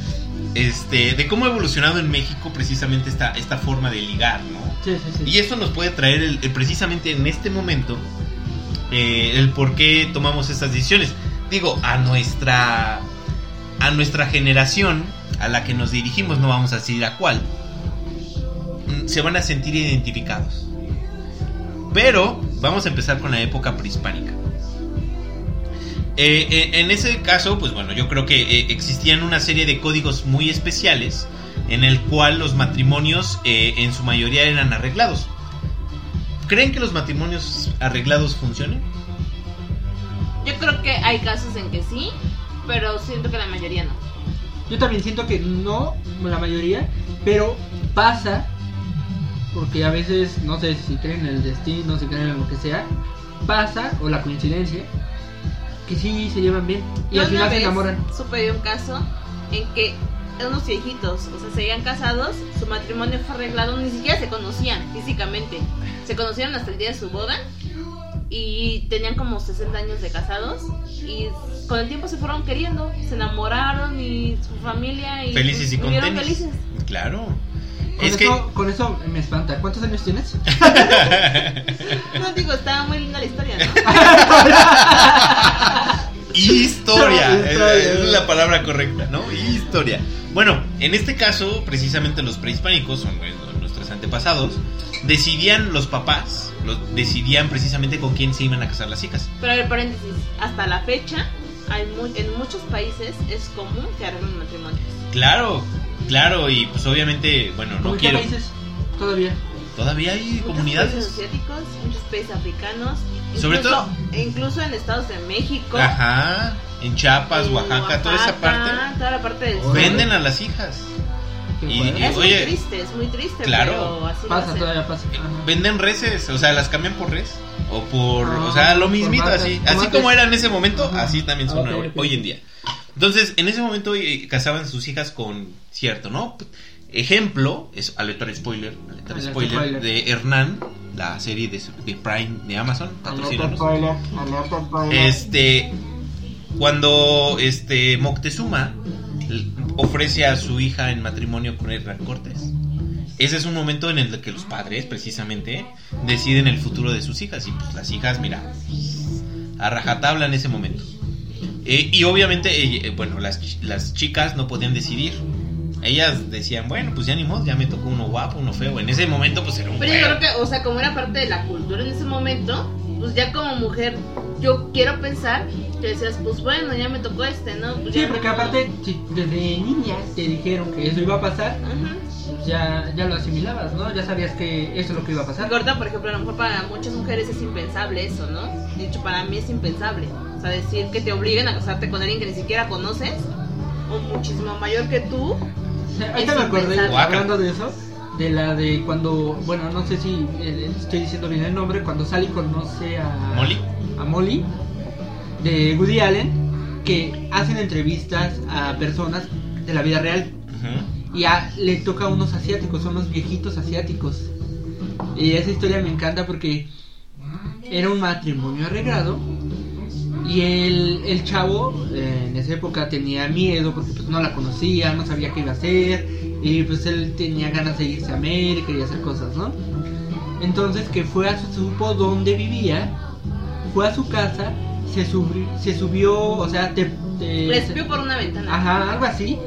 [SPEAKER 2] este, de cómo ha evolucionado en México precisamente esta, esta forma de ligar, ¿no?
[SPEAKER 4] Sí, sí, sí.
[SPEAKER 2] Y esto nos puede traer el- el- precisamente en este momento eh, el por qué tomamos estas decisiones. Digo, a nuestra, a nuestra generación a la que nos dirigimos, no vamos a decir a cuál, mm, se van a sentir identificados. Pero vamos a empezar con la época prehispánica. Eh, eh, en ese caso, pues bueno, yo creo que eh, existían una serie de códigos muy especiales en el cual los matrimonios eh, en su mayoría eran arreglados. ¿Creen que los matrimonios arreglados funcionen?
[SPEAKER 3] Yo creo que hay casos en que sí, pero siento que la mayoría no.
[SPEAKER 4] Yo también siento que no, la mayoría, pero pasa, porque a veces, no sé si creen en el destino, si creen en lo que sea, pasa, o la coincidencia, que sí se llevan bien y
[SPEAKER 3] Yo
[SPEAKER 4] al
[SPEAKER 3] una
[SPEAKER 4] final se
[SPEAKER 3] vez
[SPEAKER 4] enamoran.
[SPEAKER 3] supe de un caso en que unos viejitos, o sea, se habían casados, su matrimonio fue arreglado, ni siquiera se conocían físicamente. Se conocieron hasta el día de su boda y tenían como 60 años de casados y con el tiempo se fueron queriendo, se enamoraron y su familia y
[SPEAKER 2] Felices y
[SPEAKER 3] vivieron
[SPEAKER 2] contentos.
[SPEAKER 3] felices.
[SPEAKER 2] (laughs) Claro.
[SPEAKER 4] Con,
[SPEAKER 2] Es que...
[SPEAKER 4] eso, con eso me espanta. ¿Cuántos años
[SPEAKER 2] (laughs)
[SPEAKER 4] tienes?
[SPEAKER 3] No digo, estaba muy linda la historia,
[SPEAKER 4] (laughs)
[SPEAKER 3] ¿no?
[SPEAKER 2] Historia,
[SPEAKER 4] No,
[SPEAKER 2] es,
[SPEAKER 4] historia.
[SPEAKER 2] es la palabra correcta, ¿no? Historia. Bueno, en este caso, precisamente los prehispánicos, son nue- nuestros antepasados, decidían los papás, los, decidían precisamente con quién se iban a casar las chicas.
[SPEAKER 3] Pero a ver, paréntesis, hasta la fecha, hay mu- en muchos países es común que arreglen matrimonios.
[SPEAKER 2] Claro, claro, y pues obviamente, bueno, no
[SPEAKER 4] ¿Con qué
[SPEAKER 2] quiero.
[SPEAKER 4] países? Todavía.
[SPEAKER 2] Todavía hay
[SPEAKER 3] Muchos países
[SPEAKER 2] comunidades.
[SPEAKER 3] asiáticos, muchos países africanos,
[SPEAKER 2] Sobre
[SPEAKER 3] incluso,
[SPEAKER 2] todo-
[SPEAKER 3] incluso en Estados de México,
[SPEAKER 2] Ajá, en Chiapas,
[SPEAKER 3] en
[SPEAKER 2] Oaxaca, toda esa parte.
[SPEAKER 3] Oaxaca, toda la parte del sur.
[SPEAKER 4] Órale.
[SPEAKER 2] Venden a las hijas.
[SPEAKER 4] Qué
[SPEAKER 2] Y-
[SPEAKER 4] padre.
[SPEAKER 3] Es
[SPEAKER 2] Oye,
[SPEAKER 3] muy triste, es muy triste,
[SPEAKER 2] claro.
[SPEAKER 3] pero así lo
[SPEAKER 4] Pasa,
[SPEAKER 3] hacen.
[SPEAKER 4] todavía pasa. Ajá.
[SPEAKER 2] Venden reses, o sea, las cambian por res. O por,
[SPEAKER 4] Ah,
[SPEAKER 2] o sea, lo
[SPEAKER 4] por
[SPEAKER 2] mismito,
[SPEAKER 4] vacas.
[SPEAKER 2] así.
[SPEAKER 4] Por
[SPEAKER 2] Así
[SPEAKER 4] vacas.
[SPEAKER 2] como era en ese momento,
[SPEAKER 4] Ajá.
[SPEAKER 2] así también son
[SPEAKER 4] Ah, ok,
[SPEAKER 2] hoy,
[SPEAKER 4] ok.
[SPEAKER 2] hoy en día. Entonces, en ese momento eh, casaban sus hijas con cierto, ¿no? Ejemplo, es aleatorio spoiler, aleatorio
[SPEAKER 4] Aleatorio
[SPEAKER 2] spoiler,
[SPEAKER 4] spoiler.
[SPEAKER 2] de Hernán, la serie de, de Prime de Amazon,
[SPEAKER 4] Alerta
[SPEAKER 2] patrocínanos.
[SPEAKER 4] spoiler, alerta spoiler.
[SPEAKER 2] Este, cuando este Moctezuma l- ofrece a su hija en matrimonio con Hernán Cortés. Ese es un momento en el que los padres, precisamente, deciden el futuro de sus hijas. Y pues las hijas, mira, a rajatabla en ese momento. Eh, y obviamente, eh, eh, bueno, las, ch- las chicas no podían decidir. Ellas decían, bueno, pues ya ni modo, ya me tocó uno guapo, uno feo. En ese momento, pues era un
[SPEAKER 3] Pero yo
[SPEAKER 2] feo.
[SPEAKER 3] creo que, o sea, como era parte de la cultura en ese momento, pues ya como mujer, yo quiero pensar que decías, pues bueno, ya me tocó este, ¿no? Pues
[SPEAKER 4] Sí,
[SPEAKER 3] ya
[SPEAKER 4] porque
[SPEAKER 3] no-
[SPEAKER 4] aparte, si desde niña te dijeron que eso iba a pasar, pues
[SPEAKER 3] Ajá.
[SPEAKER 4] ya, ya lo asimilabas, ¿no? Ya sabías que eso es lo que iba a pasar.
[SPEAKER 3] Porque ahorita, por ejemplo, a lo mejor para muchas mujeres es impensable eso, ¿no? De hecho, para mí es impensable. O sea, decir que te obliguen a casarte con alguien que ni siquiera conoces, o muchísimo mayor que tú.
[SPEAKER 4] Ahorita me acordé,
[SPEAKER 2] Guácala.
[SPEAKER 4] hablando de eso, de la de cuando, bueno, no sé si eh, estoy diciendo bien el nombre, cuando Sally conoce a
[SPEAKER 2] Molly.
[SPEAKER 4] a Molly, de Woody Allen, que hacen entrevistas a personas de la vida real
[SPEAKER 2] Ujú.
[SPEAKER 4] y a- le toca a unos asiáticos, son unos viejitos asiáticos. Y esa historia me encanta porque era un matrimonio arreglado y el, el chavo eh, en esa época tenía miedo porque pues no la conocía, no sabía qué iba a hacer y pues él tenía ganas de irse a América y hacer cosas, ¿no? Entonces que fue a su supo donde vivía, fue a su casa, se, subri- se subió, o sea, te... te-
[SPEAKER 3] Les vio por una ventana.
[SPEAKER 4] Ajá, algo así.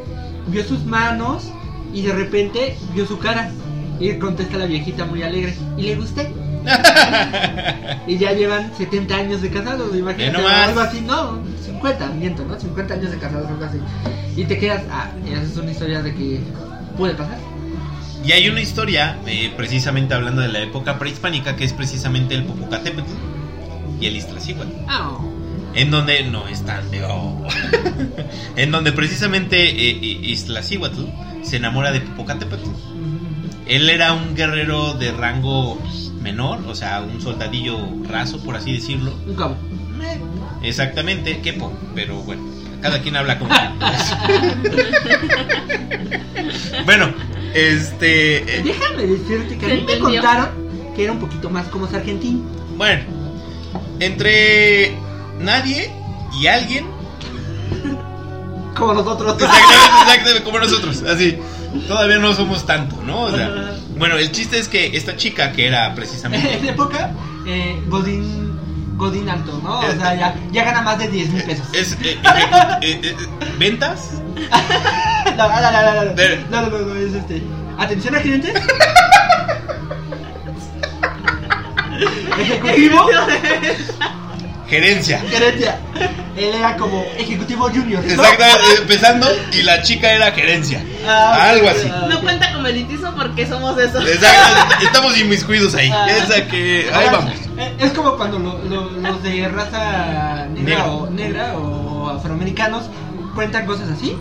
[SPEAKER 4] Vio sus manos y de repente vio su cara. Y contesta la viejita muy alegre. Y le gusté.
[SPEAKER 2] (laughs)
[SPEAKER 4] y ya llevan 70 años de casados, imagínate.
[SPEAKER 2] Ve nomás.
[SPEAKER 4] Algo así, no, 50, miento, ¿no? 50 años de casados, algo así. Y te quedas, ah, esa es una historia de que puede pasar.
[SPEAKER 2] Y hay una historia, eh, precisamente hablando de la época prehispánica, que es precisamente el Popocatépetl y el Iztaccíhuatl.
[SPEAKER 4] Ah,
[SPEAKER 2] en donde no es tan de oh. en donde precisamente eh, eh, Iztaccíhuatl se enamora de Popocatépetl. Él era un guerrero de rango menor, o sea, un soldadillo raso, por así decirlo.
[SPEAKER 4] Un cabo.
[SPEAKER 2] Meh, Exactamente, quepo, pero bueno, cada quien habla como. bueno, este. eh,
[SPEAKER 4] Déjame decirte que a
[SPEAKER 3] ¿Se
[SPEAKER 4] mí me
[SPEAKER 3] entendió?
[SPEAKER 4] contaron que era un poquito más como Sargentín.
[SPEAKER 2] Bueno, entre nadie y alguien,
[SPEAKER 4] Como
[SPEAKER 2] (laughs)
[SPEAKER 4] nosotros.
[SPEAKER 2] exactamente, exactamente como nosotros, así. Todavía no somos tanto, ¿no? O sea, bueno, el chiste es que esta chica que era
[SPEAKER 4] (laughs) en esa
[SPEAKER 2] precisamente.
[SPEAKER 4] época, eh, Godín, Godín alto, ¿no? O sea, ya, ya gana más de 10 mil pesos.
[SPEAKER 2] Es, eh, eh, eh, eh, ¿Ventas?
[SPEAKER 4] (laughs) No, no, no, no, no.
[SPEAKER 2] Pero-
[SPEAKER 4] No, no, no, no, es este. Atención
[SPEAKER 2] (laughs)
[SPEAKER 4] al cliente. Ejecutivo.
[SPEAKER 2] Gerencia.
[SPEAKER 4] Gerencia. Él era como ejecutivo junior. ¿no?
[SPEAKER 2] Exactamente, empezando y la chica era gerencia.
[SPEAKER 4] Ah,
[SPEAKER 2] Algo
[SPEAKER 4] ok,
[SPEAKER 2] así.
[SPEAKER 4] ah,
[SPEAKER 3] No
[SPEAKER 4] ok.
[SPEAKER 3] cuenta como elitismo porque somos eso.
[SPEAKER 2] Exacto, estamos inmiscuidos ahí.
[SPEAKER 4] Ah.
[SPEAKER 2] Esa que. Ahí vamos.
[SPEAKER 4] Eh, Es como cuando lo- lo- los de raza negra
[SPEAKER 2] Negra.
[SPEAKER 4] o, negra o afroamericanos cuentan cosas así.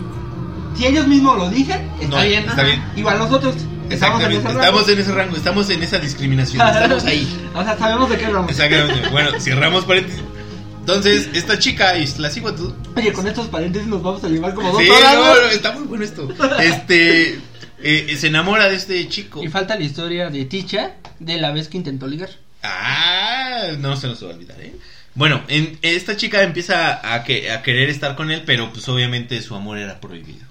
[SPEAKER 4] Si ellos mismos lo dicen, está
[SPEAKER 2] No,
[SPEAKER 4] bien.
[SPEAKER 2] está bien.
[SPEAKER 4] Igual nosotros. Estamos en
[SPEAKER 2] Exactamente,
[SPEAKER 4] ese
[SPEAKER 2] estamos
[SPEAKER 4] rango. Ah.
[SPEAKER 2] en ese rango, estamos en esa discriminación, estamos ahí.
[SPEAKER 4] (laughs) o sea, sabemos de qué hablamos.
[SPEAKER 2] Exactamente. Bueno, cerramos paréntesis. Entonces, esta chica, Iztaccíhuatl,
[SPEAKER 4] Oye, con estos paréntesis nos vamos a llevar como dos
[SPEAKER 2] Sí,
[SPEAKER 4] horas.
[SPEAKER 2] no,
[SPEAKER 4] ¿no?
[SPEAKER 2] no, está muy bueno esto. Este eh, se enamora de este chico.
[SPEAKER 4] Y falta la historia de Ticha de la vez que intentó ligar.
[SPEAKER 2] Ah, no se nos va a olvidar, ¿eh? Bueno, en- esta chica empieza a, que- a querer estar con él, pero pues obviamente su amor era prohibido.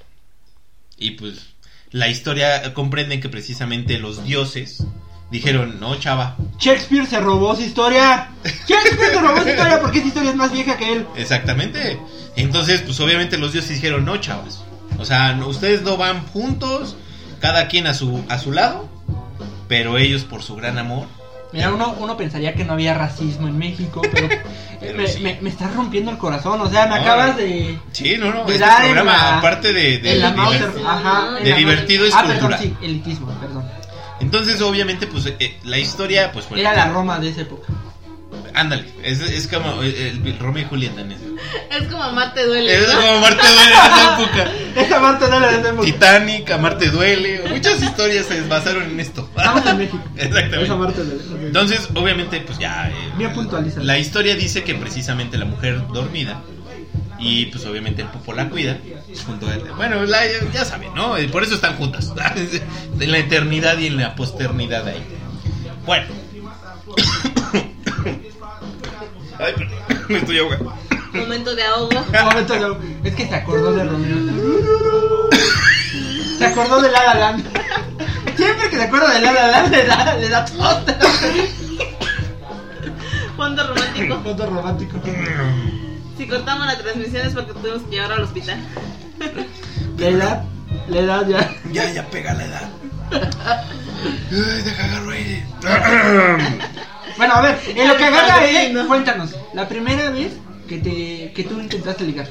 [SPEAKER 2] Y pues la historia comprende que precisamente los dioses dijeron, no, chava.
[SPEAKER 4] Shakespeare se robó su historia. Shakespeare se robó su historia porque esa historia es más vieja que él.
[SPEAKER 2] Exactamente. Entonces, pues obviamente los dioses dijeron, no, chavas. O sea, no- ustedes no van juntos, cada quien a su, a su lado, pero ellos por su gran amor.
[SPEAKER 4] Mira, uno, uno pensaría que no había racismo en México, pero,
[SPEAKER 2] (laughs) Pero
[SPEAKER 4] me,
[SPEAKER 2] sí.
[SPEAKER 4] me, me estás rompiendo el corazón. O sea, me
[SPEAKER 2] No,
[SPEAKER 4] acabas de.
[SPEAKER 2] Sí, no, no,
[SPEAKER 4] Le
[SPEAKER 2] este
[SPEAKER 4] da en
[SPEAKER 2] programa,
[SPEAKER 4] Pues la-
[SPEAKER 2] aparte de... de-
[SPEAKER 4] en la
[SPEAKER 2] de-
[SPEAKER 4] Mauser.
[SPEAKER 3] diver-
[SPEAKER 4] Ajá. en
[SPEAKER 2] de
[SPEAKER 4] la-
[SPEAKER 2] divertido es
[SPEAKER 4] Ah,
[SPEAKER 2] cultura.
[SPEAKER 4] perdón, sí, elitismo, perdón.
[SPEAKER 2] Entonces, obviamente, pues eh, la historia, pues bueno,
[SPEAKER 4] Era la Roma de esa época.
[SPEAKER 2] Ándale, es, es como eh, el, Romeo y Julieta en eso.
[SPEAKER 3] Es como amar te duele.
[SPEAKER 2] Es
[SPEAKER 3] ¿no?
[SPEAKER 2] como Amar te duele en esa época.
[SPEAKER 4] Esa Marta no era de esa época.
[SPEAKER 2] Titanic, Amar te duele. Muchas historias se basaron en esto.
[SPEAKER 4] Estamos en México.
[SPEAKER 2] (laughs)
[SPEAKER 4] Esa
[SPEAKER 2] Exactamente.
[SPEAKER 4] Marta no era de esa época.
[SPEAKER 2] Entonces, obviamente, pues ya. eh,
[SPEAKER 4] Bien puntualizado.
[SPEAKER 2] La historia dice que precisamente la mujer dormida. Y pues obviamente el popo la cuida. junto a- bueno, la- ya saben, ¿no? Eh, Por eso están juntas. (laughs) En la eternidad y en la posternidad ahí. Bueno. (coughs) Ay, perdón, me estoy ahogando.
[SPEAKER 3] Momento de ahogo.
[SPEAKER 4] Un momento, no. Es que se acordó de Romeo. Se acordó de La La Land. (laughs) Siempre que se acuerda de La La Land le da, le da tos.
[SPEAKER 3] Fondo romántico.
[SPEAKER 4] Foto romántico.
[SPEAKER 3] Si cortamos la transmisión es porque tuvimos que llevar al hospital.
[SPEAKER 4] La edad, la edad ya.
[SPEAKER 2] Ya, ya pega la edad. Ay, deja agarro aire. (coughs)
[SPEAKER 4] Bueno, a ver, en lo que agarra
[SPEAKER 3] Padre,
[SPEAKER 4] él,
[SPEAKER 3] ¿no?
[SPEAKER 4] cuéntanos, la primera vez que te que tú intentaste ligar.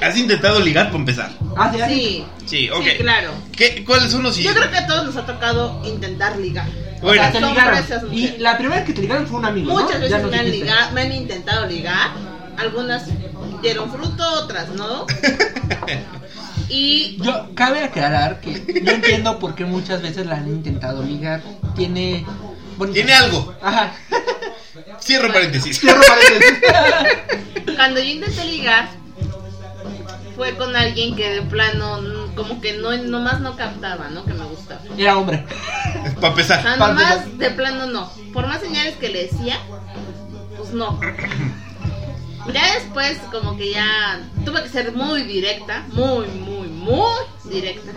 [SPEAKER 2] ¿Has intentado ligar para empezar?
[SPEAKER 4] Ah, sí, ah, sí.
[SPEAKER 3] Sí.
[SPEAKER 2] Sí, ok.
[SPEAKER 3] Sí, claro.
[SPEAKER 2] ¿Qué- ¿Cuáles son los
[SPEAKER 3] Yo creo que a todos nos ha tocado intentar ligar.
[SPEAKER 4] O sea,
[SPEAKER 2] Bueno,
[SPEAKER 4] te
[SPEAKER 3] Son
[SPEAKER 4] ligaron.
[SPEAKER 3] presas, mujer.
[SPEAKER 4] Y la primera vez que te ligaron fue un amigo. ¿no?
[SPEAKER 3] Muchas
[SPEAKER 4] Ya
[SPEAKER 3] veces
[SPEAKER 4] nos
[SPEAKER 3] me han,
[SPEAKER 4] dijiste.
[SPEAKER 3] liga- me han intentado ligar. Algunas dieron fruto,
[SPEAKER 4] (laughs)
[SPEAKER 3] otras no. Y
[SPEAKER 4] Yo cabe aclarar que yo entiendo por qué muchas veces la han intentado ligar. Tiene bueno,
[SPEAKER 2] tiene algo.
[SPEAKER 4] Ajá.
[SPEAKER 2] Cierro paréntesis.
[SPEAKER 4] Cierro paréntesis.
[SPEAKER 3] cuando yo intenté ligar, fue con alguien que de plano, mm, como que no nomás no captaba, ¿no? Que me gustaba.
[SPEAKER 4] Era hombre.
[SPEAKER 2] (laughs) Para
[SPEAKER 3] O sea,
[SPEAKER 2] empezar.
[SPEAKER 3] Ah, nomás de plano no. Por más señales que le decía, pues no. Ya después, como que ya tuve que ser muy directa, muy, muy, muy directa.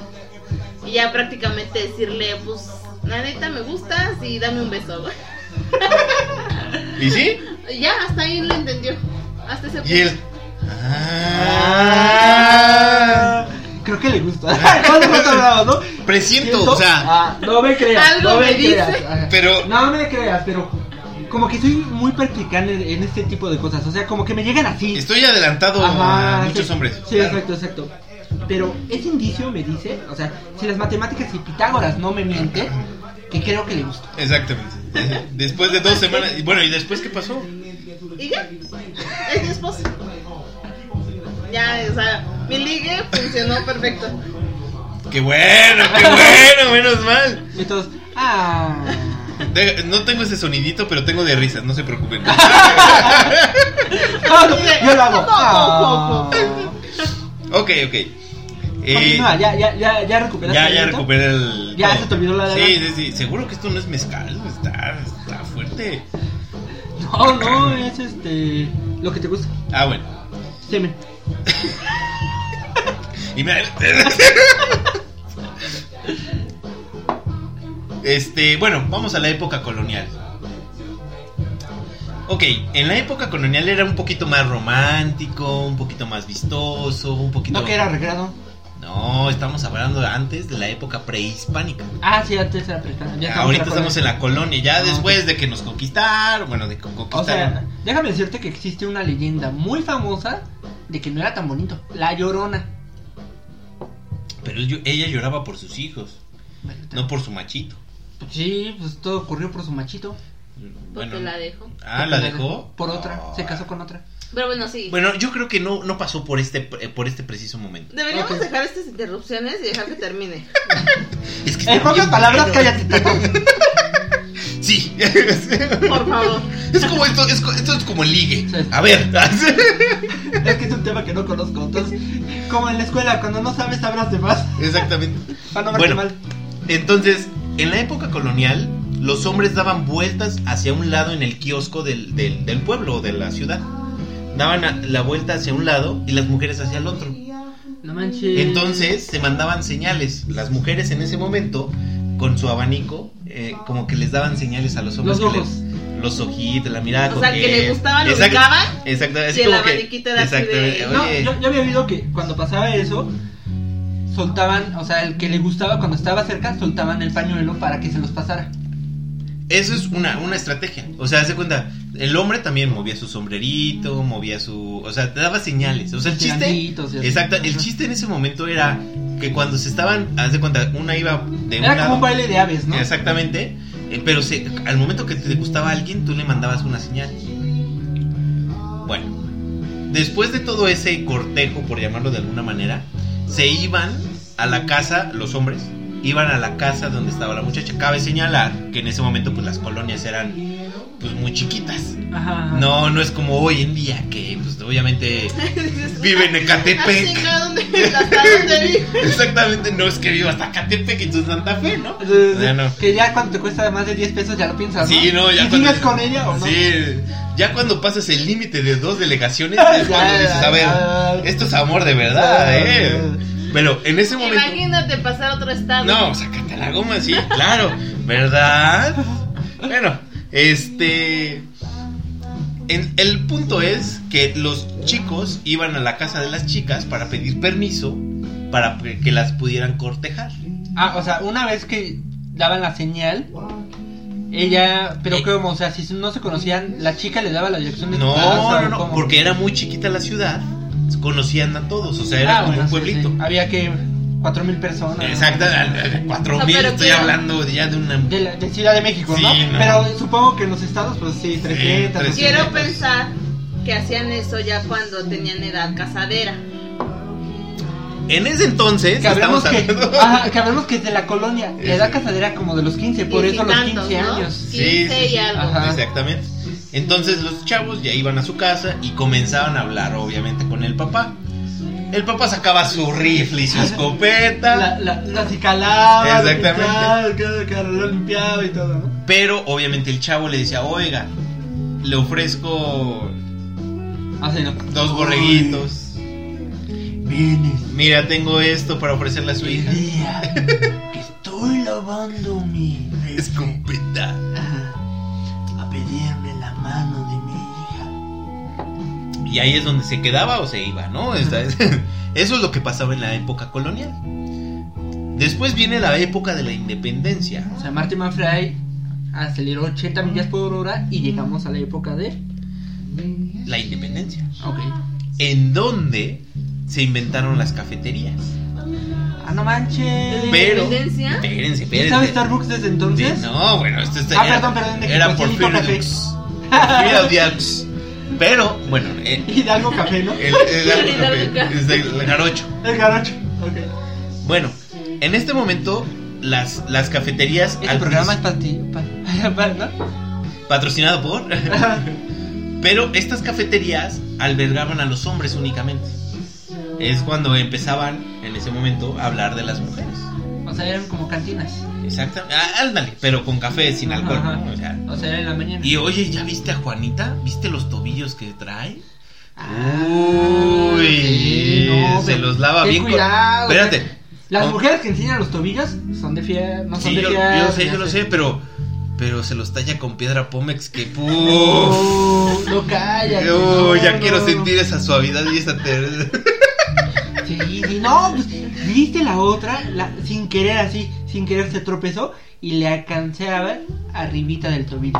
[SPEAKER 3] Y ya prácticamente decirle, pues, la neta me gustas y dame un beso. (laughs)
[SPEAKER 2] ¿Y sí?
[SPEAKER 3] Y ya, hasta ahí lo entendió. Hasta ese punto.
[SPEAKER 2] Y él. Ah.
[SPEAKER 4] Creo que le gusta. (laughs) ¿Cuánto rato hablamos, no?
[SPEAKER 2] Presiento, o sea.
[SPEAKER 4] Ah, no me creas.
[SPEAKER 3] Algo
[SPEAKER 4] no
[SPEAKER 3] me dice.
[SPEAKER 4] creas, ajá.
[SPEAKER 2] Pero-
[SPEAKER 4] No me creas, pero. Como que soy muy perspicaz en, en este tipo de cosas. O sea, como que me llegan así.
[SPEAKER 2] Estoy adelantado
[SPEAKER 4] Ajá,
[SPEAKER 2] a muchos
[SPEAKER 4] sí.
[SPEAKER 2] hombres.
[SPEAKER 4] Sí, exacto, exacto. Pero ese indicio me dice, o sea, si las matemáticas y Pitágoras no me mienten, que creo que le gusta.
[SPEAKER 2] Exactamente. Después de dos semanas. y Bueno, ¿y después qué pasó?
[SPEAKER 3] Y ya, es mi esposo. Ya, o sea, mi ligue funcionó perfecto.
[SPEAKER 2] ¡Qué bueno, qué bueno! Menos mal.
[SPEAKER 4] Y todos,
[SPEAKER 3] (laughs)
[SPEAKER 4] ah.
[SPEAKER 2] De- no tengo ese sonidito, pero tengo de risas, no se preocupen.
[SPEAKER 4] Ah, no, yo lo hago. Ah.
[SPEAKER 2] Ok, ok. Eh,
[SPEAKER 4] Continúa, ya, ya, ya, ya recuperaste.
[SPEAKER 2] ya,
[SPEAKER 4] el
[SPEAKER 2] ya
[SPEAKER 4] grito.
[SPEAKER 2] recuperé el.
[SPEAKER 4] Ya,
[SPEAKER 2] todo.
[SPEAKER 4] se te olvidó la de
[SPEAKER 2] Sí,
[SPEAKER 4] la-
[SPEAKER 2] sí, sí. Seguro que esto no es mezcal, está, está fuerte.
[SPEAKER 4] No, no, es este. Lo que te gusta.
[SPEAKER 2] Ah, bueno.
[SPEAKER 4] Semen.
[SPEAKER 2] Y me-
[SPEAKER 4] (laughs)
[SPEAKER 2] Este, bueno, vamos a la época colonial. Ok, en la época colonial era un poquito más romántico, un poquito más vistoso, un poquito...
[SPEAKER 4] No, que era regrado.
[SPEAKER 2] No, estamos hablando antes de la época prehispánica.
[SPEAKER 4] Ah, sí, antes era prestado.
[SPEAKER 2] Ya, Ah, ahorita estamos en la colonia, ya
[SPEAKER 4] Ah,
[SPEAKER 2] después de que nos conquistaron, bueno, de que
[SPEAKER 4] O
[SPEAKER 2] conquistaron.
[SPEAKER 4] sea, déjame decirte que existe una leyenda muy famosa de que no era tan bonito. La llorona.
[SPEAKER 2] pero él- ella lloraba por sus hijos, no por su machito.
[SPEAKER 4] Sí, pues todo ocurrió por su machito.
[SPEAKER 2] Bueno,
[SPEAKER 3] Porque la dejo.
[SPEAKER 2] ah, la dejó.
[SPEAKER 4] Por otra,
[SPEAKER 2] Ah.
[SPEAKER 4] se casó con otra.
[SPEAKER 3] Pero bueno, sí.
[SPEAKER 2] Bueno, yo creo que no, no pasó por este, eh, por este preciso momento.
[SPEAKER 3] Deberíamos
[SPEAKER 4] ok.
[SPEAKER 3] dejar estas interrupciones y dejar que termine.
[SPEAKER 2] Es que
[SPEAKER 4] En
[SPEAKER 2] está
[SPEAKER 4] pocas
[SPEAKER 2] bien
[SPEAKER 4] palabras,
[SPEAKER 2] bueno.
[SPEAKER 4] cállate, tato.
[SPEAKER 2] Sí. (laughs)
[SPEAKER 3] Por favor.
[SPEAKER 2] es como esto, es, co- esto es como el ligue.
[SPEAKER 4] Sí.
[SPEAKER 2] A ver. (laughs)
[SPEAKER 4] Es que es un tema que no conozco. Entonces, como en la escuela, cuando no sabes, sabrás de más.
[SPEAKER 2] Exactamente.
[SPEAKER 4] Para no verte
[SPEAKER 2] Bueno.
[SPEAKER 4] mal.
[SPEAKER 2] Entonces, en la época colonial, los hombres daban vueltas hacia un lado en el kiosco del, del- del pueblo o de la ciudad. Daban a- la vuelta hacia un lado y las mujeres hacia el otro.
[SPEAKER 4] No manches.
[SPEAKER 2] Entonces se mandaban señales. Las mujeres en ese momento, con su abanico, eh, como que les daban señales a los hombres.
[SPEAKER 4] Los
[SPEAKER 2] que
[SPEAKER 4] ojos.
[SPEAKER 2] les- los ojitos, la mirada.
[SPEAKER 3] O sea, que
[SPEAKER 2] coqueta.
[SPEAKER 3] le gustaba, lo
[SPEAKER 2] Exact-
[SPEAKER 3] ubicaban,
[SPEAKER 2] Exactamente.
[SPEAKER 3] y
[SPEAKER 2] así
[SPEAKER 3] el
[SPEAKER 2] como que-
[SPEAKER 3] abaniquito era así de-
[SPEAKER 2] Exactamente.
[SPEAKER 4] No,
[SPEAKER 2] oye,
[SPEAKER 4] yo, yo había oído que cuando pasaba eso, soltaban, o sea, el que le gustaba cuando estaba cerca, soltaban el pañuelo para que se los pasara.
[SPEAKER 2] Eso es una, una estrategia. O sea, hace cuenta, el hombre también movía su sombrerito, movía su. O sea, te daba señales. O sea, el chiste.
[SPEAKER 4] Gigantitos y así.
[SPEAKER 2] Exacto, el
[SPEAKER 4] Ajá.
[SPEAKER 2] chiste en ese momento era que cuando se estaban. Haz de cuenta, una iba de un
[SPEAKER 4] Era
[SPEAKER 2] lado-
[SPEAKER 4] como un baile de aves, ¿no?
[SPEAKER 2] Exactamente. eh, pero se- al momento que te gustaba a alguien, tú le mandabas una señal. Bueno, después de todo ese cortejo, por llamarlo de alguna manera, se iban a la casa, los hombres, iban a la casa donde estaba la muchacha. Cabe señalar que en ese momento pues las colonias eran pues muy chiquitas.
[SPEAKER 4] Ajá. ajá.
[SPEAKER 2] No, no es como hoy en día que pues obviamente (laughs) vive en
[SPEAKER 3] (laughs) Así,
[SPEAKER 2] Ecatepec.
[SPEAKER 3] ¿no? Ah, ¿Dónde ¿Hasta
[SPEAKER 2] (laughs)
[SPEAKER 3] dónde vive?
[SPEAKER 2] Exactamente, no es que viva hasta Ecatepec y su Santa Fe, ¿no?
[SPEAKER 4] Entonces,
[SPEAKER 2] Ya Ah, no.
[SPEAKER 4] Que ya cuando te cuesta más de 10 pesos ya lo piensas, ¿no?
[SPEAKER 2] Sí, no, ya
[SPEAKER 4] ¿Y
[SPEAKER 2] cuando-
[SPEAKER 4] sigues con ella o no? (laughs)
[SPEAKER 2] Sí, ya cuando pasas el límite de dos delegaciones,
[SPEAKER 4] Ay,
[SPEAKER 2] es cuando
[SPEAKER 4] (laughs) ya,
[SPEAKER 2] dices, a
[SPEAKER 4] ya.
[SPEAKER 2] ver, esto es amor de verdad,
[SPEAKER 4] Ya,
[SPEAKER 2] ¿eh? Pero en ese momento...
[SPEAKER 3] Imagínate pasar a otro estado.
[SPEAKER 2] No, sácate la goma, sí, claro, ¿verdad? Bueno, este... en- el punto es que los chicos iban a la casa de las chicas para pedir permiso para que que las pudieran cortejar.
[SPEAKER 4] Ah, o sea, una vez que daban la señal, ella, pero
[SPEAKER 2] Eh.
[SPEAKER 4] como, o sea, si no se conocían, la chica le daba la dirección de su
[SPEAKER 2] No,
[SPEAKER 4] casa,
[SPEAKER 2] no,
[SPEAKER 4] ¿o
[SPEAKER 2] no,
[SPEAKER 4] Ah, cómo?
[SPEAKER 2] porque era muy chiquita la ciudad, conocían a todos, o sea, era
[SPEAKER 4] Ah,
[SPEAKER 2] como
[SPEAKER 4] bueno,
[SPEAKER 2] un
[SPEAKER 4] sí,
[SPEAKER 2] pueblito.
[SPEAKER 4] sí. Había que 4.000 personas.
[SPEAKER 2] Exacto,
[SPEAKER 3] O sea,
[SPEAKER 2] 4000
[SPEAKER 3] pero
[SPEAKER 2] estoy
[SPEAKER 3] que-
[SPEAKER 2] hablando ya de una
[SPEAKER 4] De, la, de Ciudad de México, ¿no?
[SPEAKER 2] Sí, no.
[SPEAKER 4] Pero supongo que en los estados, pues sí, 300.
[SPEAKER 2] 300.
[SPEAKER 3] Quiero pensar que hacían eso ya cuando tenían edad casadera.
[SPEAKER 2] En ese entonces
[SPEAKER 4] Que hablemos
[SPEAKER 2] estamos
[SPEAKER 4] que,
[SPEAKER 2] hablando
[SPEAKER 4] (laughs) ajá, que hablemos que es de la colonia.
[SPEAKER 2] Sí,
[SPEAKER 4] La edad
[SPEAKER 2] sí.
[SPEAKER 4] casadera como de los 15, por
[SPEAKER 3] Quince
[SPEAKER 4] eso
[SPEAKER 3] y
[SPEAKER 4] los
[SPEAKER 3] tantos,
[SPEAKER 4] 15
[SPEAKER 3] ¿no?
[SPEAKER 4] años.
[SPEAKER 2] Sí, sí,
[SPEAKER 3] 15 y
[SPEAKER 2] sí.
[SPEAKER 3] algo.
[SPEAKER 4] Ajá.
[SPEAKER 2] Exactamente. Entonces los chavos ya iban a su casa y comenzaban a hablar obviamente con el papá. El papá sacaba su rifle y
[SPEAKER 4] (laughs)
[SPEAKER 2] su escopeta,
[SPEAKER 4] La, la, la acicalaba, la
[SPEAKER 2] Exactamente.
[SPEAKER 4] picaba, que- que lo limpiaba y todo, ¿no?
[SPEAKER 2] pero obviamente el chavo le decía, "Oiga, le ofrezco
[SPEAKER 4] Así Ah, no.
[SPEAKER 2] dos borreguitos.
[SPEAKER 4] Vienes
[SPEAKER 2] Mira, tengo esto para ofrecerle a su
[SPEAKER 4] el
[SPEAKER 2] hija."
[SPEAKER 4] (laughs) día que estoy lavando mi
[SPEAKER 2] Escopeta.
[SPEAKER 4] Ajá. a pedirme la mano de mi hija.
[SPEAKER 2] Y ahí es donde se quedaba o se iba, ¿no? Esta- eso es lo que pasaba en la época colonial. Después viene la época de la independencia.
[SPEAKER 4] O sea, Marty Manfrey aceleró 80 millas por hora y llegamos a la época de.
[SPEAKER 2] La independencia.
[SPEAKER 4] Ok.
[SPEAKER 2] En donde se inventaron las cafeterías.
[SPEAKER 4] Ah, no manches.
[SPEAKER 3] ¿La
[SPEAKER 2] Pero.
[SPEAKER 3] independencia?
[SPEAKER 2] Espérense,
[SPEAKER 4] ¿Ya estaba
[SPEAKER 2] espérense.
[SPEAKER 4] Starbucks desde entonces?
[SPEAKER 2] Sí,
[SPEAKER 4] (laughs)
[SPEAKER 2] no, bueno, esto está-
[SPEAKER 4] Ah,
[SPEAKER 2] era,
[SPEAKER 4] perdón, perdón, de que
[SPEAKER 2] era
[SPEAKER 4] por
[SPEAKER 2] por
[SPEAKER 4] cinco
[SPEAKER 2] fin
[SPEAKER 4] cafés.
[SPEAKER 2] Dux. Porfirio Dux. Pero, bueno, eh,
[SPEAKER 4] Hidalgo Café, ¿no?
[SPEAKER 2] el, el,
[SPEAKER 3] El Hidalgo Café.
[SPEAKER 2] es el garocho.
[SPEAKER 4] El garocho. Ok.
[SPEAKER 2] Bueno, en este momento las, las cafeterías
[SPEAKER 4] Este
[SPEAKER 2] al
[SPEAKER 4] programa es para ti. Para, (laughs) para- ¿no?
[SPEAKER 2] principio- patrocinado
[SPEAKER 4] (laughs)
[SPEAKER 2] por pero estas cafeterías albergaban a los hombres únicamente. Es cuando empezaban en ese momento a hablar de las mujeres.
[SPEAKER 4] o sea, eran como cantinas.
[SPEAKER 2] Exactamente. Ah, ándale, pero con café sin alcohol,
[SPEAKER 4] Ajá,
[SPEAKER 2] ¿no? O sea,
[SPEAKER 4] O sea, era en la mañana.
[SPEAKER 2] y oye, ¿ya viste a Juanita? ¿Viste los tobillos que trae?
[SPEAKER 4] Ah,
[SPEAKER 2] Uy,
[SPEAKER 4] sí, no,
[SPEAKER 2] se
[SPEAKER 4] pero-
[SPEAKER 2] los lava
[SPEAKER 4] ten
[SPEAKER 2] bien. con-
[SPEAKER 4] cuidado, eh.
[SPEAKER 2] Espérate.
[SPEAKER 4] Las
[SPEAKER 2] Oh.
[SPEAKER 4] mujeres que enseñan los tobillos son de fiar, no son
[SPEAKER 2] Sí,
[SPEAKER 4] de
[SPEAKER 2] yo,
[SPEAKER 4] fiar.
[SPEAKER 2] yo lo sé, yo lo sé, pero pero se los talla con piedra pómex
[SPEAKER 4] (laughs)
[SPEAKER 2] que puf.
[SPEAKER 4] No, no calla.
[SPEAKER 2] (laughs) Uy, ya quiero sentir esa suavidad y esa ter-
[SPEAKER 4] Sí, sí, no, pues, viste la otra, la, sin querer así, sin querer se tropezó y le alcanceaba arribita del tobillo.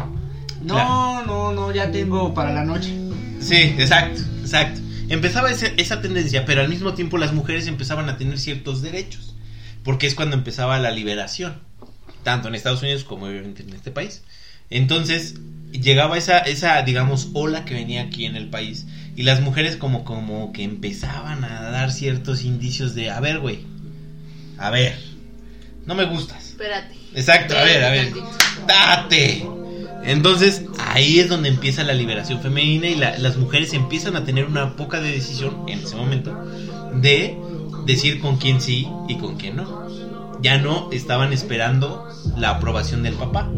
[SPEAKER 4] No,
[SPEAKER 2] Claro.
[SPEAKER 4] no, no, ya tengo para la noche.
[SPEAKER 2] Sí, exacto, exacto. Empezaba ese- esa tendencia, pero al mismo tiempo las mujeres empezaban a tener ciertos derechos, porque es cuando empezaba la liberación, tanto en Estados Unidos como obviamente en este país. Entonces llegaba esa, esa digamos, ola que venía aquí en el país y las mujeres como, como que empezaban a dar ciertos indicios de, a ver, güey, a ver, no me gustas.
[SPEAKER 3] Espérate.
[SPEAKER 2] Exacto, a ver, a ver.
[SPEAKER 3] Tantito.
[SPEAKER 2] ¡Date! Entonces, ahí es donde empieza la liberación femenina y la- las mujeres empiezan a tener una poca de decisión en ese momento de decir con quién sí y con quién no. Ya no estaban esperando la aprobación del papá.